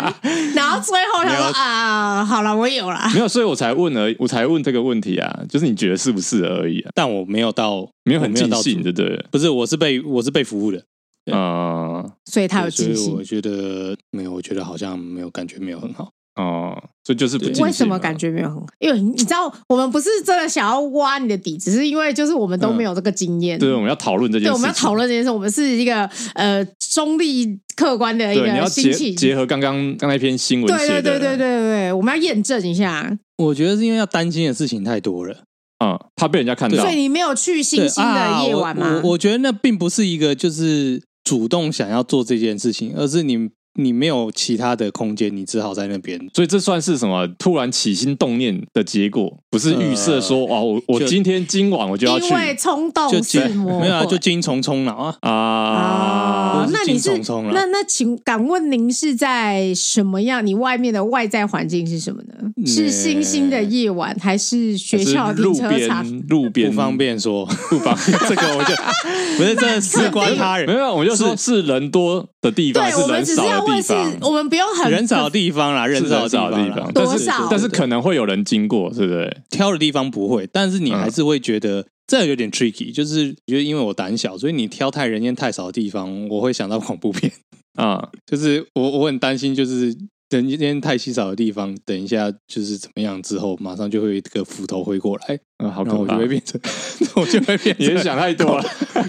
A: 然后最后他
C: 没有
A: 说啊，好了，我有
C: *laughs*
A: 啦。
B: 没有，所以我才问而已，我才问这个问题啊，就是你觉得适不适合而已啊，
C: 但我没有到，
B: 没有很
C: 我没有
B: 尽
C: 到
B: 兴，
C: 主
B: 对不对？
C: 不是，我是被我是被服务的，对
B: 嗯
A: 所以他有
C: 所
A: 尽
C: 以我
A: 兴。
C: 觉得没有，我觉得好像没有感觉，没有很好。
B: 哦，所以就是不
C: 对
B: 尽兴嘛
A: 为什么感？觉没有很好？因为你知道，我们不是真的想要挖你的底，只是因为就是我们
C: 嗯
A: 都没有这个经验。
B: 对，我们要讨论这件
A: 对，
B: 事情，
A: 我们要讨论这件事，我们是一个呃中立客观的一
B: 对，你要
A: 个心
B: 结
A: 情。
B: 结合刚刚刚那篇新闻
A: 对对
B: 写
A: 对
B: 的，
A: 对对对，我们要验证一下。
C: 我觉得是因为要担心的事情太多了。
B: 嗯，怕被人家看到
A: 所以，你没有去
C: 对
A: 星星的
B: 啊
A: 夜晚吗？
C: 啊我我？我觉得那并不是一个就是主动想要做这件事情，而是你你没有其他的空间，你只好在那边。
B: 所以这算是什么？突然起心动念的结果，不是预设说哦，我我
C: 呃就
B: 今天今晚我就要去
A: 因为冲动
C: 就是精
A: 魔
C: 没有啊，
A: 鬼
C: 就精虫冲脑啊。
B: 啊
A: 啊
C: 或，者
A: 那
C: 是
A: 你
C: 精
A: 是
C: 虫冲了
A: 那那请敢问您是在什么样？你外面的外在环境是什么呢？是星星的夜晚，还是学校
B: 嗯
A: 停
B: 是路
A: 车场？
B: 边路边
C: 不方便说，不方便，这个我就 *laughs* 不是真的事关他
B: 没
C: 人，
B: 有，我就说是人多的地方，
A: 对，我们
B: 人
A: 只
B: 少
A: 是要
B: 的地
A: 问是
B: 方，
A: 我们不用很
C: 人少的地方啦，
B: 是
C: 人少
B: 人
C: 的
B: 少的地
C: 地方啦，
A: 多
B: 但是
A: 少
B: 但是可能会有人经过，是不是？
C: 挑的地方不会，但是你还是会觉得、这有点 tricky，就是觉得因为我胆小，所以你挑太人烟太少的地方，我会想到恐怖片， *laughs*
B: 啊，
C: 就是我我很担心，就是人烟太稀少的地方，等一下就是怎么样之后，马上就会有一个斧头挥过来，
B: 嗯好
C: 然后
B: 可
C: 我就
B: 怕
C: 会！变成， *laughs* 我就会变
B: 你
C: 成
B: 是想太多了，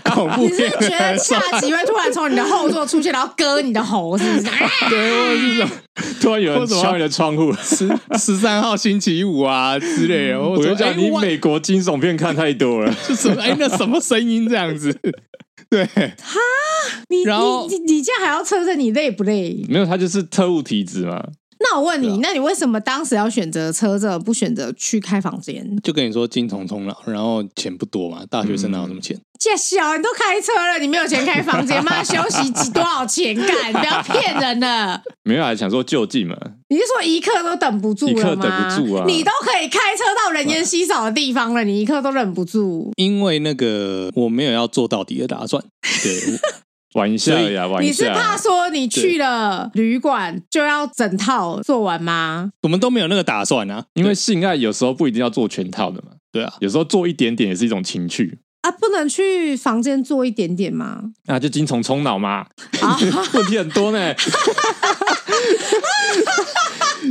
C: 恐怖
A: 你是
C: 片
A: 觉得下集会突然从你的后座出现，然后割你的喉，是不是？啊
C: *laughs* 对，或者是
B: *laughs* 突然有人
C: 为什么
B: 敲你的窗户，
C: *laughs* 十十三号星期五啊之类的，
B: 我
C: 哎我
B: 就讲你
C: 每。
B: 美国惊悚片看太多了。
C: 就是哎，那什么声音这样子？对，
A: 你
C: 然后
A: 你你你这样还要测测你累不累？
B: 没有，他就是特务体质嘛。
A: 那我问
C: 对
A: 你
C: 啊，
A: 那你为什么当时要选择车这，不选择去开房间？
C: *laughs* 就跟你说金童冲脑，然后钱不多嘛，大学生哪有什么钱？
A: 这小，你都开车了，你没有钱开房间，妈休息几多少钱干？不要骗人了！
B: 没有啊，想说就近嘛，
A: 你是说一刻都等不住
B: 一刻
A: 了吗？
B: 等不住啊
A: 你都可以开车到人烟稀少的地方了，你一刻都忍不住。
C: 因为那个我没有要做到底的打算，
B: 对，玩一下
C: 所以
B: 呀，玩一
A: 你是
B: 下。啊
A: 怕说你去了旅馆就要整套做完吗？
C: 我们都没有那个打算啊。
B: 因为性爱有时候不一定要做全套的嘛，
C: 对啊，
B: 有时候做一点点也是一种情趣。
A: 啊，不能去房间做一点点吗？
B: 那就精虫冲脑嘛，
A: 啊， *laughs*
B: 问题很多
C: *laughs*
B: 呢。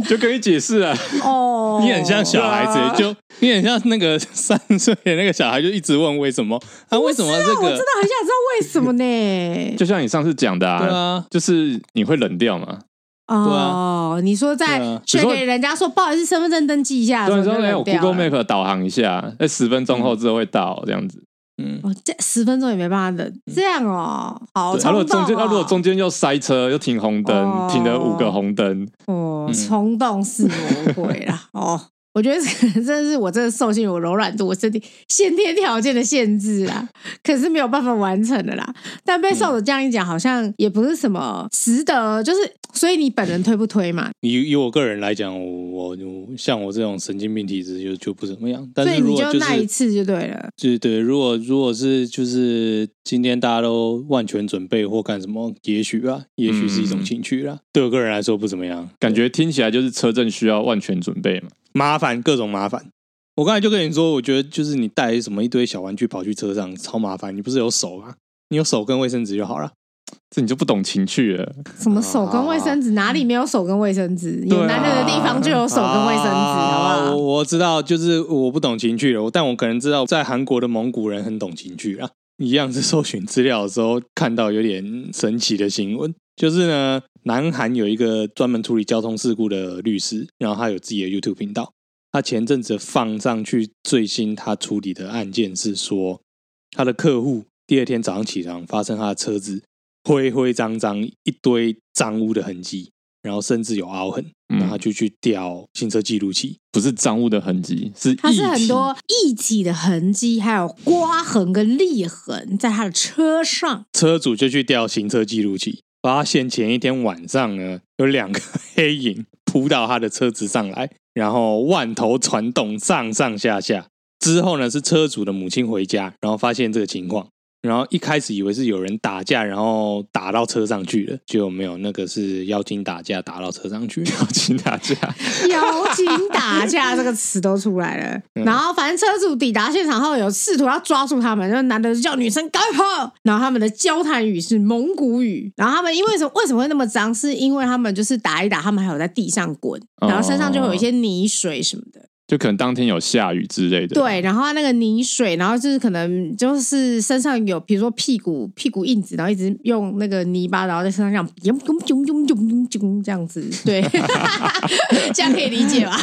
B: 就跟你解释啊，
A: 哦，
C: 你很像小孩子，
A: 啊
C: 就你很像那个三岁的那个小孩，就一直问为什么啊？为什么这
A: 我真
C: 个
A: 的？很想知道为什么呢？
B: 就像你上次讲的
C: 对
B: 啊，
C: 啊，
B: 就是你会冷掉嘛。
A: 哦，你说在
C: 对啊
A: 写
B: 比如说
A: 给人家说不好意思，身份证登记一下，
B: 对，说
A: 什么
B: 哎，
A: 就冷
B: 我
A: 掉
B: Google
A: 了
B: Map 导航一下，在十分钟后之后会到这样子。
C: 嗯，
A: 哦，这十分钟也没办法等，这样哦，好
B: 他
A: 冲
B: 如
A: 动
B: 果
A: 哦，
B: 中间，他如果中间又塞车，又停红灯
A: 哦，
B: 停了五个红灯，
C: 嗯
A: 哦，冲动是魔鬼
C: *laughs*
A: 啦，哦。我觉得这个真的是我真的受限于我柔软度，我身体先天条件的限制
C: *laughs*
A: 啦，可是没有办法完成的啦。但
C: 嗯
A: 被瘦子这样一讲，好像也不是什么值得，就是所以你本人推不推嘛？
C: 以以我个人来讲，我我我像我这种神经病体质就就不怎么样。但
A: 所
C: 是
A: 以
C: 如
A: 你
C: 果
A: 就是那一次就对了。
C: 对对，如果如果是就是今天大家都万全准备或干什么，也许啊，也许是一种情趣啦。对我个人来说不怎么样，
B: 感觉听起来就是车震需要万全准备嘛。
C: 麻烦各种麻烦。我刚才就跟你说，我觉得就是你带什么一堆小玩具跑去车上超麻烦，你不是有手吗？你有手跟卫生纸就好了。
B: 这你就不懂情趣了。
A: 什
C: 啊
A: 么手跟卫生纸？哪里没有手跟卫生纸？有男人的地方就有手跟卫生纸，
C: 啊
A: 好不好？
C: 我我知道，就是我不懂情趣了，但我可能知道，在韩国的蒙古人很懂情趣啊。一样是搜寻资料的时候看到有点神奇的新闻，就是呢，南韩有一个专门处理交通事故的律师，然后他有自己的 YouTube 频道。他前阵子放上去最新他处理的案件是说，他的客户第二天早上起床发生他的车子灰灰脏脏一堆脏污的痕迹，然后甚至有凹痕，
B: 嗯
C: 然后他就去调行车记录器。
B: 不是脏污的痕迹，是
A: 它
B: 液
A: 是
B: 体
A: 很多液体的痕迹，还有刮痕跟裂痕在他的车上。
C: 车主就去调行车记录器，发现前一天晚上呢，有两个 *laughs* 黑影扑到他的车子上来，然后万头攒动，上上下下。之后呢，是车主的母亲回家，然后发现这个情况，然后一开始以为是有人打架，然后打到车上去了，就没有那个是妖精打架打到车
B: *laughs*
C: 上去。
B: 表情打架，
A: 妖精打架这个词都出来了。 *laughs* 然后反正车主抵达现场后，有试图要抓住他们，就是男的就叫女生赶快跑。然后他们的交谈语是蒙古语。然后他们因为什么为什么会那么脏？是因为他们就是打一打，他们还有在地上滚，然后身上就会有一些泥水什么的。
B: 就可能当天有下雨之类的。
A: 对，，然后它那个泥水，然后就是可能就是身上有，比如说屁股屁股印子，然后一直用那个泥巴，然后在身上这样涌涌涌涌涌涌这样 *laughs* 子，对，这样可以理解 *laughs* 吧？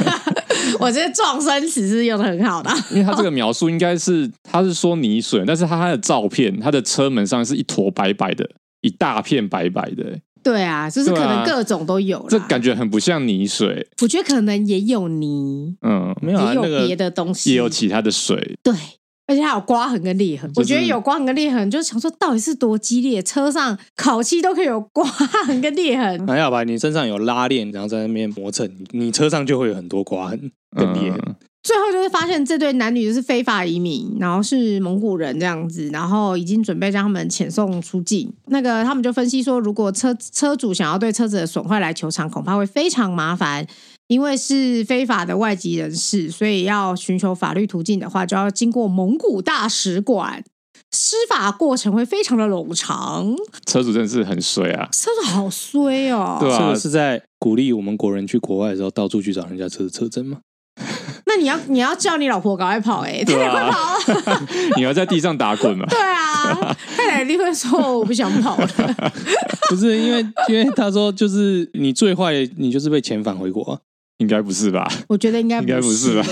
A: 我觉得撞生词是用的很好的，
B: 因为他这个描述应该是他是说泥水，但是他他的照片，他的车门上是一坨白白的，一大片白白的，
A: 对啊，就是可能
B: 对啊
A: 各种都有啦。
B: 这感觉很不像泥水，
A: 我觉得可能也有泥，
B: 嗯，
C: *laughs* 没有啊，
A: 也有
C: 那个
A: 别的东西，
B: 也有其他的水，
A: 对，而且还有刮痕跟裂痕。
B: 就是
A: 我觉得有刮痕跟裂痕，就想说到底是多激烈，车上烤漆都可以有刮痕跟裂痕。
C: 还好吧？你身上有拉链，然后在那边磨蹭，你你车上就会有很多刮痕跟裂痕。
B: 嗯
A: 最后就是发现这对男女就是非法移民，然后是蒙古人这样子，然后已经准备将他们遣送出境。那个他们就分析说，如果车车主想要对车子的损坏来求偿，恐怕会非常麻烦，因为是非法的外籍人士，所以要寻求法律途径的话，就要经过蒙古大使馆。司法过程会非常的冗长，
B: 车主真的是很水啊，
A: 车子好衰哦。
B: 对啊
C: 这个是在鼓励我们国人去国外的时候，到处去找人家车的车针吗？ *laughs*
A: 那你要你要叫你老婆赶快跑哎、欸，太 *laughs* 太快跑！，
B: 你要在地上打滚嘛
A: 对啊，太太一定会说我不想跑了。
C: 不是，因为因为他说就是你最坏，你就是被遣返回国、啊。
B: 应该不是吧？
A: 我觉得应该
B: 应该不是
A: 是？
B: 吧？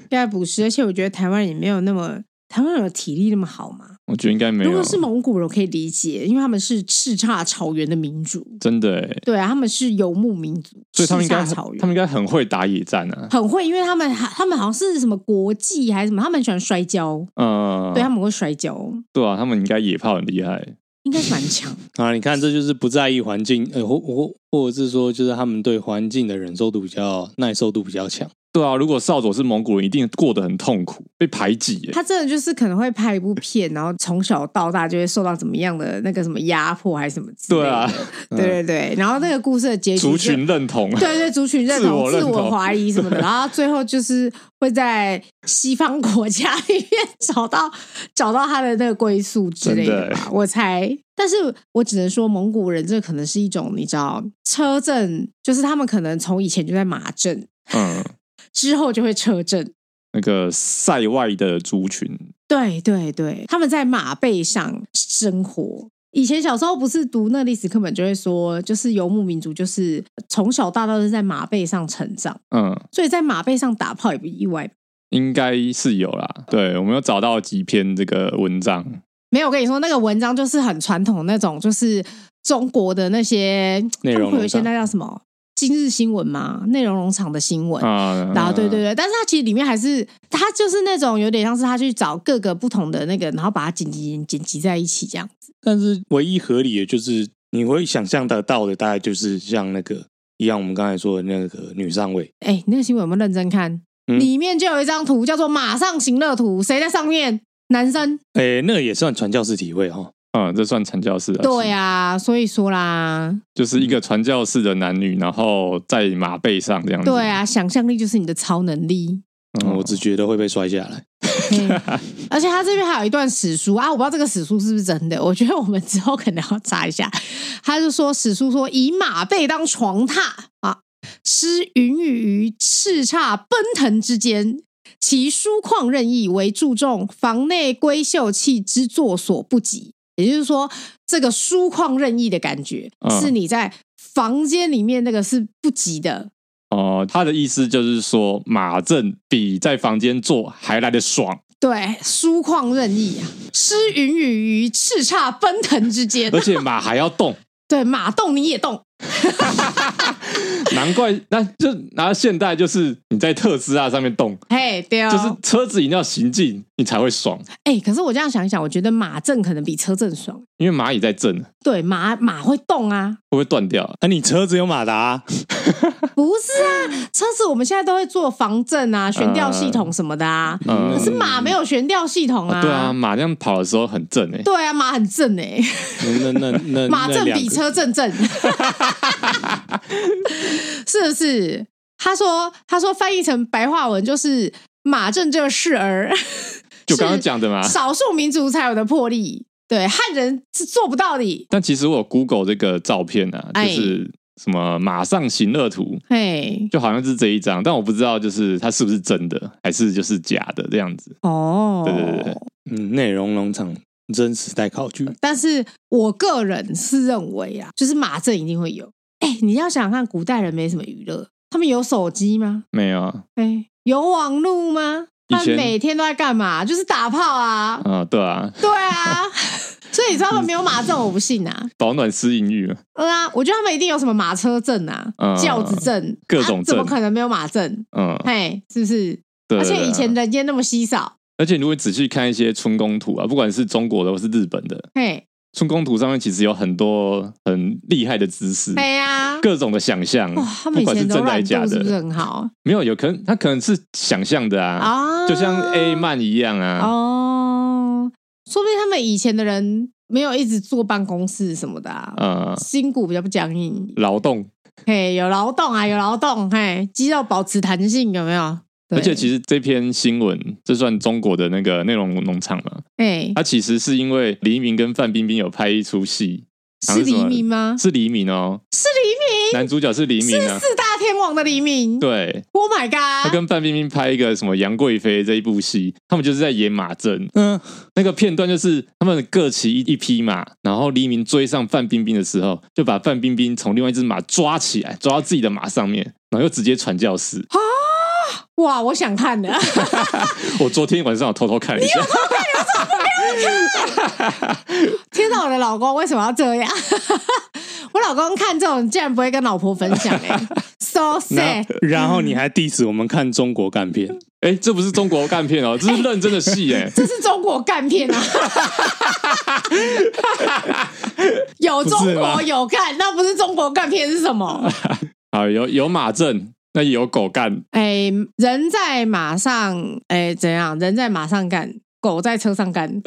A: 应该不是，而且我觉得台湾也没有那么台湾人有体力那么好嘛。
B: 我觉得应该没
A: 如
B: 有
A: 果，是蒙古人，我可以理解，因为他们是叱咤草原的民族，
B: 真的欸，
A: 对啊，他们是游牧民族，
B: 所以他们应该
A: 叱咤
B: 很
A: 草原
B: 他们应该很会打野战啊，
A: 很会，因为他们他们好像是什么国际还是什么，他们很喜欢摔跤，
B: 嗯，
A: 对他们会摔跤，
B: 对啊，他们应该野炮很厉害，
A: 应该是蛮强。
C: 啊，你看，这就是不在意环境，呃，或或或者是说，就是他们对环境的忍受度比较耐受度比较强。
B: 对啊，如果少佐是蒙古人，一定过得很痛苦，被排挤耶。
A: 他真的就是可能会拍一部片，然后从小到大就会受到怎么样的那个什么压迫还是什么之类的。
B: 对啊，
A: 对对对。然后那个故事的结局就，
B: *laughs* 族群认同，啊
A: 对对族群认同、
B: 自我认同
A: 怀疑
B: *laughs*
A: 什么的，然后最后就是会在西方国家里面找到找到他的那个归宿之类的
B: 真的
A: 吧，我猜。但是我只能说，蒙古人这可能是一种你知道车震，就是他们可能从以前就在马震，
B: 嗯，
A: 之后就会车震。
B: 那个塞外的族群，
A: 对对对，他们在马背上生活。以前小时候不是读那历史课本就会说，就是游牧民族就是呃从小到大都是在马背上成长，
B: 嗯，
A: 所以在马背上打炮也不意外。
B: 应该是有啦。对，我们有找到几篇这个文章，
A: 没有，我跟你说，那个文章就是很传统那种，就是中国的那些
C: 内容
A: 他们会有一些
C: 农场
A: 那叫什么《今日新闻》嘛，内容农场的新闻。
B: 啊，
A: 然后对对对，但是它其实里面还是它就是那种有点像是他去找各个不同的那个，然后把它剪辑剪辑在一起这样。
C: 但是唯一合理的就是你会想象得到的，大概就是像那个一样，我们刚才说的那个女上尉，
A: 哎、你那个新闻有没有认真看？
C: 嗯
A: 里面就有一张图叫做“马上行乐图”，谁在上面？男生。
C: 哎，那个也算传教士体会哈、
B: 嗯，这算传教士的，
A: 对啊，所以说啦，
B: 就是一个传教士的男女，然后在马背上
C: 嗯
B: 这样子。
A: 对啊，想象力就是你的超能力。
B: 嗯，
C: 我只觉得会被摔下来。
A: 嘿而且他这边还有一段史书啊，我不知道这个史书是不是真的，我觉得我们之后可能要查一下。他就说史书说以马背当床榻啊，施云雨于叱咤奔腾之间，其舒旷任意，为注重房内闺秀气之作所不及。也就是说，这个舒旷任意的感觉，
B: 嗯
A: 是你在房间里面那个是不及的，
B: 哦、他的意思就是说，马正比在房间做还来的爽，
A: 对，舒旷任意啊，施云雨于叱咤奔腾之间
B: 而，且马还要动。 *laughs*
A: 对，马动你也动，
B: 难怪，那就拿到现代就是你在特斯拉上面动，
A: 嘿，对、哦，
B: 就是车子一定要行进，你才会爽，
A: 哎、可是我这样想一想，我觉得马震可能比车震爽，
B: 因为蚂蚁在震，会
A: 对，马马会动啊，
B: 不会断掉？
C: 啊，你车子有马达、啊
A: 不是啊，车子我们现在都会做防震啊、悬吊系统什么的啊，
B: 嗯
A: 可是马没有悬吊系统
B: 啊，对啊，。马这样跑的时候很欸震诶、
A: 对啊，马很正哎、
C: 那那那那
A: 马
C: 那
A: 正
C: 两
A: 比
C: 个
A: 车正
B: *laughs*
A: 正，是不是？他说，他说翻译成白话文就是马正这个事儿，
B: 就刚刚讲的嘛。
A: 少数民族才有的魄力，对汉人是做不到的。
B: 但其实我有 Google 这个照片啊，
A: 哎
B: 就是什么马上行乐图，
A: 嘿，
B: 就好像是这一张，但我不知道就是它是不是真的，还是就是假的这样子。
A: 哦，
B: 对对对对
C: 嗯，内容农场真实代考据，
A: 但是我个人是认为啊，就是马正一定会有。哎，你要想想看，古代人没什么娱乐，他们有手机吗？
B: 没有啊，
A: 哎，有网络吗？
B: 以
A: 他们
B: 前嗯
A: 每天都在干嘛？就是打炮啊，
B: *laughs* 啊对啊，
A: 对啊，所以你知道他们没有马证，我不信啊。
B: 保暖思淫欲嘛，
A: 嗯啊，我觉得他们一定有什么马车证啊、
B: 嗯
A: 轿子证，
B: 各种
A: 啊怎么
B: 证
A: 可能没有马证？
B: 嗯，
A: 嘿，是不是？
B: 对。啊
A: 而且
B: 对
A: 以前
B: 对
A: 人烟那么稀少，
B: 而且如果仔细看一些春宫图啊，不管是中国的或是日本的
A: 嘿，
B: 春宫图上面，其实有很多很厉害的姿势，
A: 嘿哎呀、
B: 各种的想象，
A: 哇，他们
B: 不
A: 以
B: 管是
A: 前柔
B: 真的还
A: 软
B: 是假
A: 度是不是
B: 的，
A: 很好
B: 没有有可能他可能是想象的啊，
A: 啊？
B: 就像 A 曼一样啊，
A: 哦，说不定他们以前的人没有一直坐办公室什么的啊，
B: 呃，
A: 筋骨比较不僵硬，
B: 劳动。
A: 嘿，有劳动啊，有劳动，嘿，肌肉保持弹性，有没有？对
B: 而且其实这篇新闻，这算中国的那个内容农场嘛？
A: 嘿，
B: 它其实是因为黎明跟范冰冰有拍一出戏，好
A: 是
B: 像是什
A: 黎
B: 么
A: 明吗？
B: 是黎明哦，
A: 是黎
B: 男主角是黎明
A: 明，是
B: 啊，
A: 四大天王的黎明。
B: 对。
A: Oh my
B: 他
A: god！
B: 跟范冰冰拍一个什么《杨贵妃》这一部戏，他们就是在演马阵。
C: 嗯，
B: 那个片段就是他们各骑一一匹马，然后黎明追上范冰冰的时候，就把范冰冰从另外一只马抓起来，抓到自己的马上面，然后又直接传教士。
A: 啊哇，我想看
B: *laughs*
A: 的，
B: 我昨天晚上有偷偷看了一下，
A: 天哪！我的老公为什么要这样？ *laughs* 我老公看这种竟然不会跟老婆分享哎、s
B: *laughs*
A: o
C: 然
A: sad
C: 后。然后你还
B: 嗯
C: diss 我们看中国干片，
B: 哎、这不是中国干片哦，这是认真的戏哎、
A: *laughs* 这是中国干片
C: *laughs*
A: 啊！有中
C: 不是
A: 国
C: 吧
A: 有干，那不是中国干片是什么？
B: 啊，有有马阵，那也有狗干，
A: 哎、人在马上，哎、怎样？人在马上干，狗在车上
C: *laughs*
A: 干。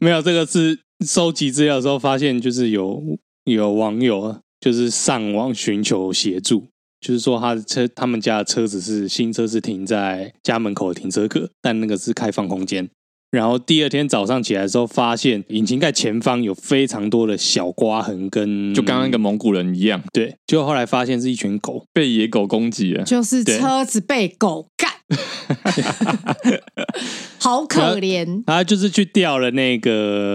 C: 没有这个是收集资料的时候发现，就是有有网友啊，就是上网寻求协助，就是说他的车他们家的车子是新车是停在家门口的停车格，但那个是开放空间。然后第二天早上起来的时候，发现引擎盖前方有非常多的小刮痕跟，
B: 就刚刚那
A: 嗯
B: 个蒙古人一样，
C: 对，就后来发现是一群狗，
B: 被野狗攻击了。
A: 就是
C: 对
A: 车子被狗
C: *laughs*
A: 干，好可怜。
C: 他就是去调了那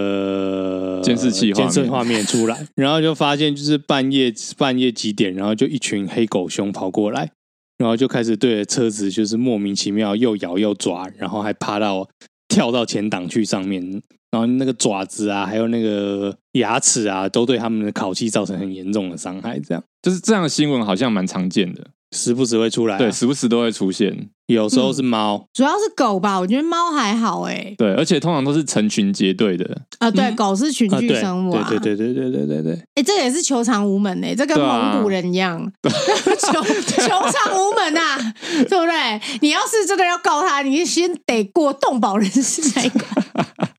C: 个
B: 监视器画面
C: 监视画面出来，然后就发现就是半夜半夜几点，然后就一群黑狗熊跑过来，然后就开始对着车子就是莫名其妙又咬又抓，然后还爬到跳到前挡去上面，然后那个爪子啊，还有那个牙齿啊，都对他们的烤气造成很严重的伤害，这样
B: 就是这样的新闻好像蛮常见的，
C: 时不时会出来啊、
B: 对，时不时都会出现，
C: 有时候是猫，
A: 主要是狗吧，我觉得猫还好哎、
B: 对，而且通常都是成群结队的，
A: 啊，对，
C: 嗯
A: 狗是群
C: 啊，
A: 居
C: 对
A: 生物啊，
C: 对对对对对对对对，
A: 哎、这个也是求偿无门哎、这跟
B: 对啊
A: 蒙古人一
B: *laughs*
A: 样，求求偿无门呐、啊，对不对？你要是真的要告他，你先得过动保人士那一关，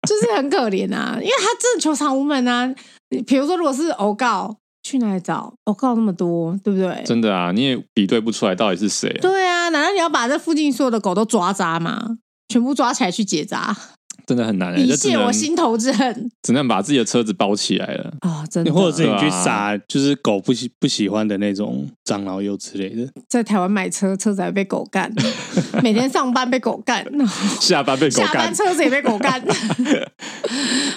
A: 就是很可怜啊，因为他真的求偿无门啊。你比如说，如果是偶告，去哪里找？偶告那么多，对不对？
B: 真的啊，你也比对不出来到底是谁啊、
A: 对啊，难道你要把这附近所有的狗都抓杂吗？全部抓起来去结扎，
B: 真的很难、欸，
A: 以
B: 就只
A: 泄
B: 能
A: 我心头之恨
B: 只能把自己的车子包起来了。
A: 啊、真的，
C: 或者是你去
B: 对啊
C: 撒，就是狗不喜不喜欢的那种樟脑油之类的。
A: 在台湾买车，车子还被狗
B: *laughs*
A: 干，每天上班被狗干，
B: 下班被狗
A: 下
B: 干
A: 班，车子也被狗干，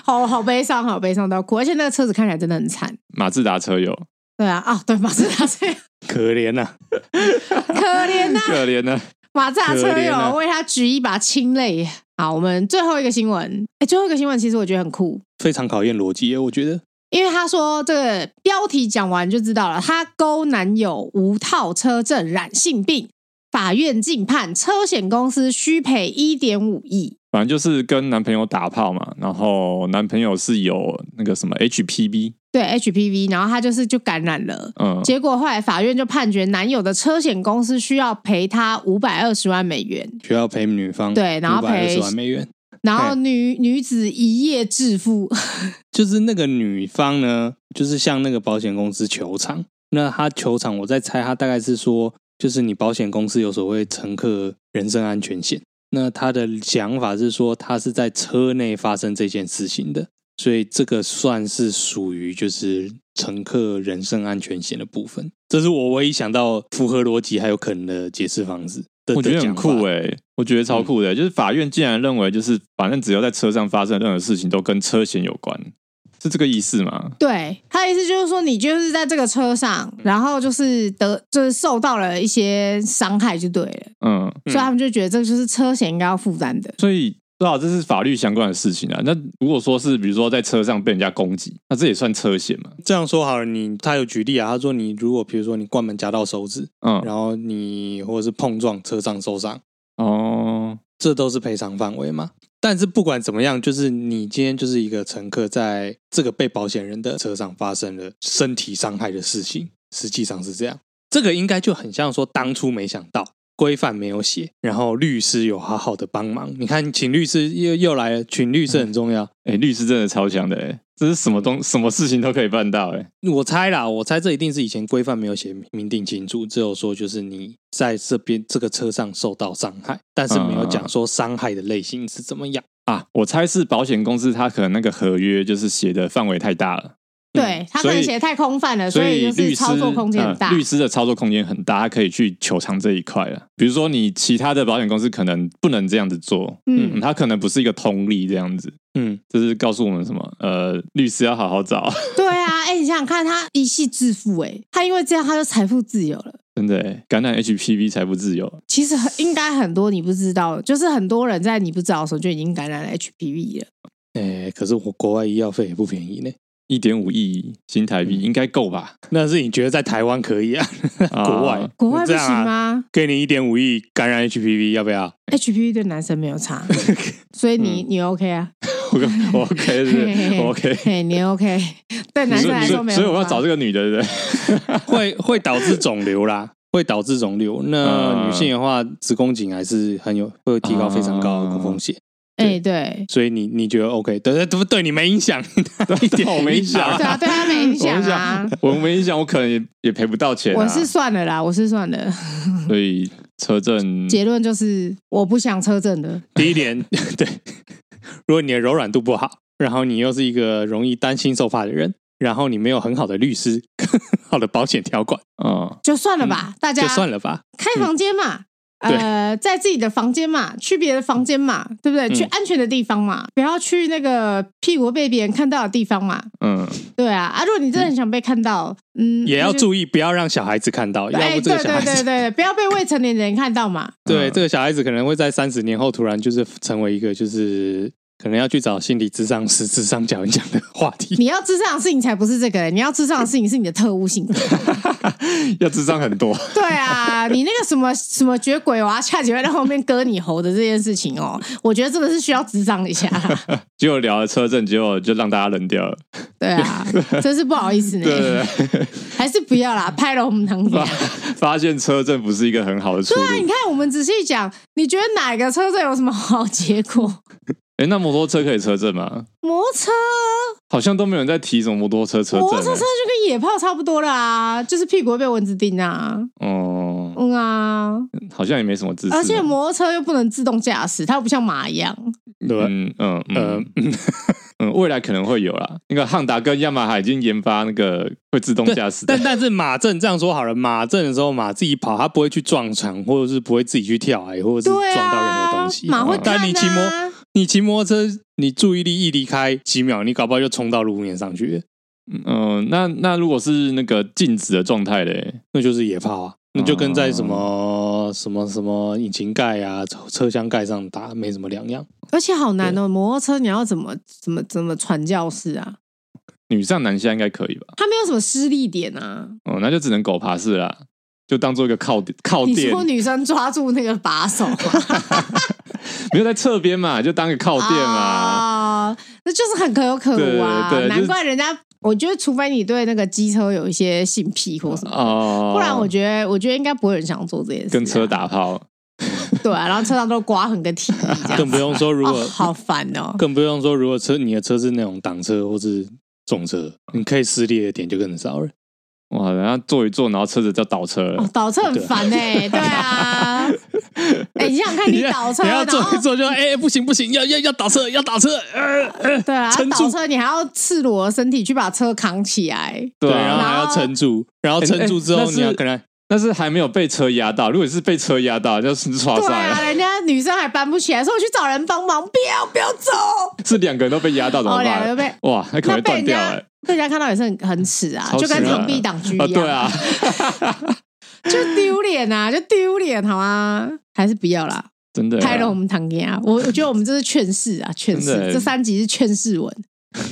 A: 好好悲伤，好悲伤到哭。而且那个车子看起来真的很惨。
B: 马自达车友，
A: 对啊，啊，对，马自达车，
C: 可怜呐、啊，
A: 可怜呐、
B: 可怜啊呢。
A: *laughs* 马自达车
C: 可怜啊
A: 友为他举一把清泪。好，我们最后一个新闻，哎，最后一个新闻其实我觉得很酷，
C: 非常考验逻辑耶，我觉得。
A: 因为他说这个标题讲完就知道了，他勾男友无套车证染性病，法院禁判，车险公司需赔一点五亿。
B: 反正就是跟男朋友打炮嘛，然后男朋友是有那个什么 HPV，
A: 对 HPV，然后他就是就感染了。
B: 嗯，
A: 结果后来法院就判决男友的车险公司需要赔他五百二十万美元，
C: 需要赔女方
A: 对然后
C: 二
A: 赔
C: 十万美元。
A: 然后女女子一夜致富。 *laughs*
C: 就是那个女方呢，就是向那个保险公司求偿。那他求偿，我在猜，他大概是说，就是你保险公司有所谓乘客人身安全险。那他的想法是说，他是在车内发生这件事情的，所以这个算是属于就是乘客人身安全险的部分。这是我唯一想到符合逻辑还有可能的解释方式的。
B: 我觉得很酷
C: 哎、
B: 哎、我觉得超酷的、就是法院竟然认为，就是反正只要在车上发生的任何事情都跟车险有关，是这个意思吗？
A: 对，他的意思就是说，你就是在这个车上，然后就是得就是受到了一些伤害就对了，
B: 嗯，
A: 所以他们就觉得这就是车险应该要负担的。
B: 所以对啊，这是法律相关的事情啊。那如果说是比如说在车上被人家攻击，那这也算车险嘛？
C: 这样说好了，你他有举例啊，他说你如果比如说你关门夹到手指，
B: 嗯，
C: 然后你或者是碰撞车上受伤，
B: 哦，
C: 这都是赔偿范围嘛。但是不管怎么样，就是你今天就是一个乘客在这个被保险人的车上发生了身体伤害的事情，实际上是这样。这个应该就很像说当初没想到规范没有写，然后律师有好好的帮忙。你看，请律师又又来了，请律师很重要。
B: 哎、律师真的超强的哎、这是什么东什么事情都可以办到哎、
C: 我猜啦，我猜这一定是以前规范没有写明定清楚，只有说就是你在这边这个车上受到伤害，但是没有讲说伤害的类型是怎么样。
B: 啊！我猜是保险公司它可能那个合约就是写的范围太大了。
A: 对他可
B: 所
A: 能
B: 以
A: 写得太空泛了，所
B: 所
A: 以就是
B: 律师
A: 操作空间很大。
B: 呃律师的操作空间很大，他可以去求偿这一块了。比如说，你其他的保险公司可能不能这样子做，
A: 嗯
B: 嗯，他可能不是一个通例这样子。
C: 嗯，
B: 这是告诉我们什么？呃，律师要好好找， *laughs*
A: 对啊，哎、你想想看，他一夕致富、哎，他因为这样他就财富自由了。
B: 真的欸感染 HPV 才不自由。
A: 其实很应该很多你不知道，就是很多人在你不知道的时候就已经感染了 HPV 了。
C: 哎、可是我国外医药费也不便宜呢。
B: 一点五亿新台
A: 嗯
B: 币、应该够吧？
C: 那是你觉得在台湾可以啊？
B: 啊
C: *laughs* 国外
A: 国外不
C: 这
A: 行
C: 样啊
A: 吗、
C: 给你一点五亿感染 HPV 要不要？
A: h p v 对男生没有差，所以你、你 OK 啊？
B: 我我 OK 是不
A: 嘿嘿
B: 是
A: 嘿
B: 我 OK。
A: 嘿，你 OK？对男生
B: 所以
A: 来说没有
B: 所以我要找这
A: 个
B: 个女的，对不对？
C: *laughs*
B: *laughs*
C: 会会导致肿瘤啦，会导致肿瘤。那
B: 嗯
C: 女性的话，子宫颈还是很有会提高非常高的风险。
A: 哎、对
C: 所以你你觉得 OK？对对对，对你没影响，一点
B: 我没影响
A: 对啊，对他没影响
B: 我
A: 啊
B: 想。我没想，我可能也也赔不到钱、啊。
A: 我是算了啦，我是算了。
B: 所以车震
A: 结论就是我不想车震的，
C: 第一点，对，如果你的柔软度不好，然后你又是一个容易担心受怕的人，然后你没有很好的律师、更好的保险条款，
B: 嗯，
A: 就算了吧，大家
C: 就算了吧。
A: 开房间嘛。呃，在自己的房间嘛，去别的房间嘛，对不对？
C: 嗯
A: 去安全的地方嘛，不要去那个屁股被别人看到的地方嘛。
B: 嗯，
A: 对啊，啊，如果你真的很想被看到，嗯，
C: 也要
A: 那就
C: 注意，不要让小孩子看到，要
A: 哎，
C: 不这
A: 对
C: 个小
A: 对
C: 孩
A: 对
C: 子，
A: 对，不要被未成年人看到嘛。
C: 对
B: 嗯
C: 这个小孩子可能会在三十年后突然就是成为一个就是可能要去找心理智商师、智商讲一讲的话题。
A: 你要智障的事情才不是这个、你要智障的事情是你的特务性
C: *laughs*
A: 格。
B: 要智商很多。
A: 对啊，你那个什么什么绝鬼娃下集会在后面割你喉的这件事情哦，我觉得真的是需要智障一
C: *laughs*
A: 下啦。
B: 结果聊了车震，结果就让大家冷掉了。
A: 对啊，真是不好意思呢。*laughs*
B: 对对对，
A: 还是不要啦，拍了我们堂姐
C: *laughs*
B: 发。发现车震不是一个很好的出
A: 那啊你
B: 路。
A: 看，我们仔细讲，你觉得哪个车队有什么好结果？
B: 哎，那摩托车可以车震吗？
A: 摩托车，啊
B: 好像都没有人在提什么摩托车车
A: 摩托车
C: 啊
B: 震、
A: 就跟
B: 欸。
A: 野炮差不多啦，就是屁股会被蚊子叮啊，
B: 哦、
A: 嗯啊，
B: 好像也没什么
C: 啊
B: 知识。
A: 而且摩托车又不能自动驾驶，它又不像马一样。
C: 对吧，
B: 嗯嗯
C: 呃
B: 嗯， *laughs* 嗯，未来可能会有啦。那个汉达跟雅马哈已经研发那个会自动驾驶的
C: 但，但是马正这样说好了，马正的时候马自己跑，他不会去撞墙，或者是不会自己去跳崖，或者是
A: 对
C: 撞到任
A: 啊，
C: 何东西。
A: 马会
C: 嗯
A: 看
C: 但你骑摩
A: 啊。
C: 你骑摩托车，你注意力一离开几秒，你搞不好就冲到路面上去了，
B: 嗯，那那如果是那个静止的状态嘞，
C: 那就是野炮啊！那就跟在什么、什么什么引擎盖啊、车车厢盖上打没什么两样。
A: 而且好难哦，摩托车你要怎么怎么怎么传教士啊？
B: 女上男下应该可以吧？
A: 它没有什么失力点啊。
B: 哦，那就只能狗爬式啦，就当做一个靠垫靠
A: 你
B: 垫
A: 说，女生抓住那个把手啊，
C: *laughs*
B: 没有在侧边嘛，就当个靠垫嘛。
A: 啊，那就是很可有可无啊，
B: 对对对
A: 难怪人家。我觉得，除非你对那个机车有一些性癖或什么，
B: 哦，
A: 不然我觉得，我觉得应该不会有人想做这件事、啊
B: 跟车，打炮，
A: *laughs* 对啊、然后车上都刮痕跟体液这样
C: 更
A: 子，
C: 不用说，如果、
A: 哦、好烦哦。
C: 更不用说，如果车你的车是那种挡车或是重车，你可以撕裂的点就更少了。
B: 哇，然后坐一坐，然后车子就倒车了
A: 哦，，倒车很烦哎、对
B: *laughs*
A: 啊，哎、你想想看，你倒车，
C: 你要
A: 然
C: 坐
A: 后
C: 一坐就哎、不行不行，要要要倒车，要倒车，呃呃，
A: 对啊，
C: 撑
A: 倒
C: 住，
A: 车你还要赤裸身体去把车扛起来，
C: 对，然后
B: 啊。
C: 还要撑住，然后撑住之
B: 哎
C: 后
B: 那是
C: 你要可能
B: 但是还没有被车压到，如果是被车压到，就是刷
A: 对
B: 赛
A: 啊，
B: 了，
A: 人家女生还搬不起来，说我去找人帮忙，不要不要走，
B: 是两个人都被压到怎
A: 哦，
B: 么
A: 两个
B: 办？
A: 人被
B: 哇，那可能
A: 那被
B: 会断
A: 人
B: 掉
A: 家
B: 哎、
A: 被人家看到也是很很耻啊，
B: 超
A: 就跟
B: 耻
A: 屏
B: 啊
A: 蔽挡居一
B: 啊，
A: 样，
B: 对啊，
A: 就丢脸啊，就丢脸好吗？还是不要啦。
B: 真的啊
A: 开了我们堂给啊！我我觉得我们这是劝世啊，劝世
B: 真的欸
A: 这三集是劝世文，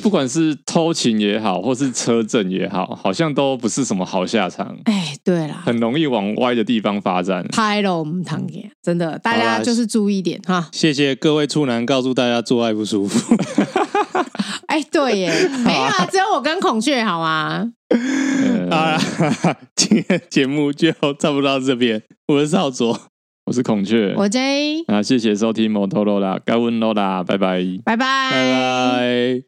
B: 不管是偷情也好，或是车震也好，好像都不是什么好下场，
A: 哎，对啦，
B: 很容易往歪的地方发
A: *laughs*
B: 展。
A: 拍了我们堂给啊，真的，大
C: 好
A: 家
C: 啦
A: 就是注意一点
B: *laughs*
A: 哈。
C: 谢谢各位处男告诉大家做爱不舒服，
A: 哎，对耶，没有啊，只有我跟孔雀好吗？
B: 呃
C: 好啦，啊今天节目就差不多到这边，我是少佐，
B: 我是孔雀，
A: 我 J，
B: 那谢谢收听摩托罗拉，该问罗拉，拜拜。
A: 拜
C: 拜拜。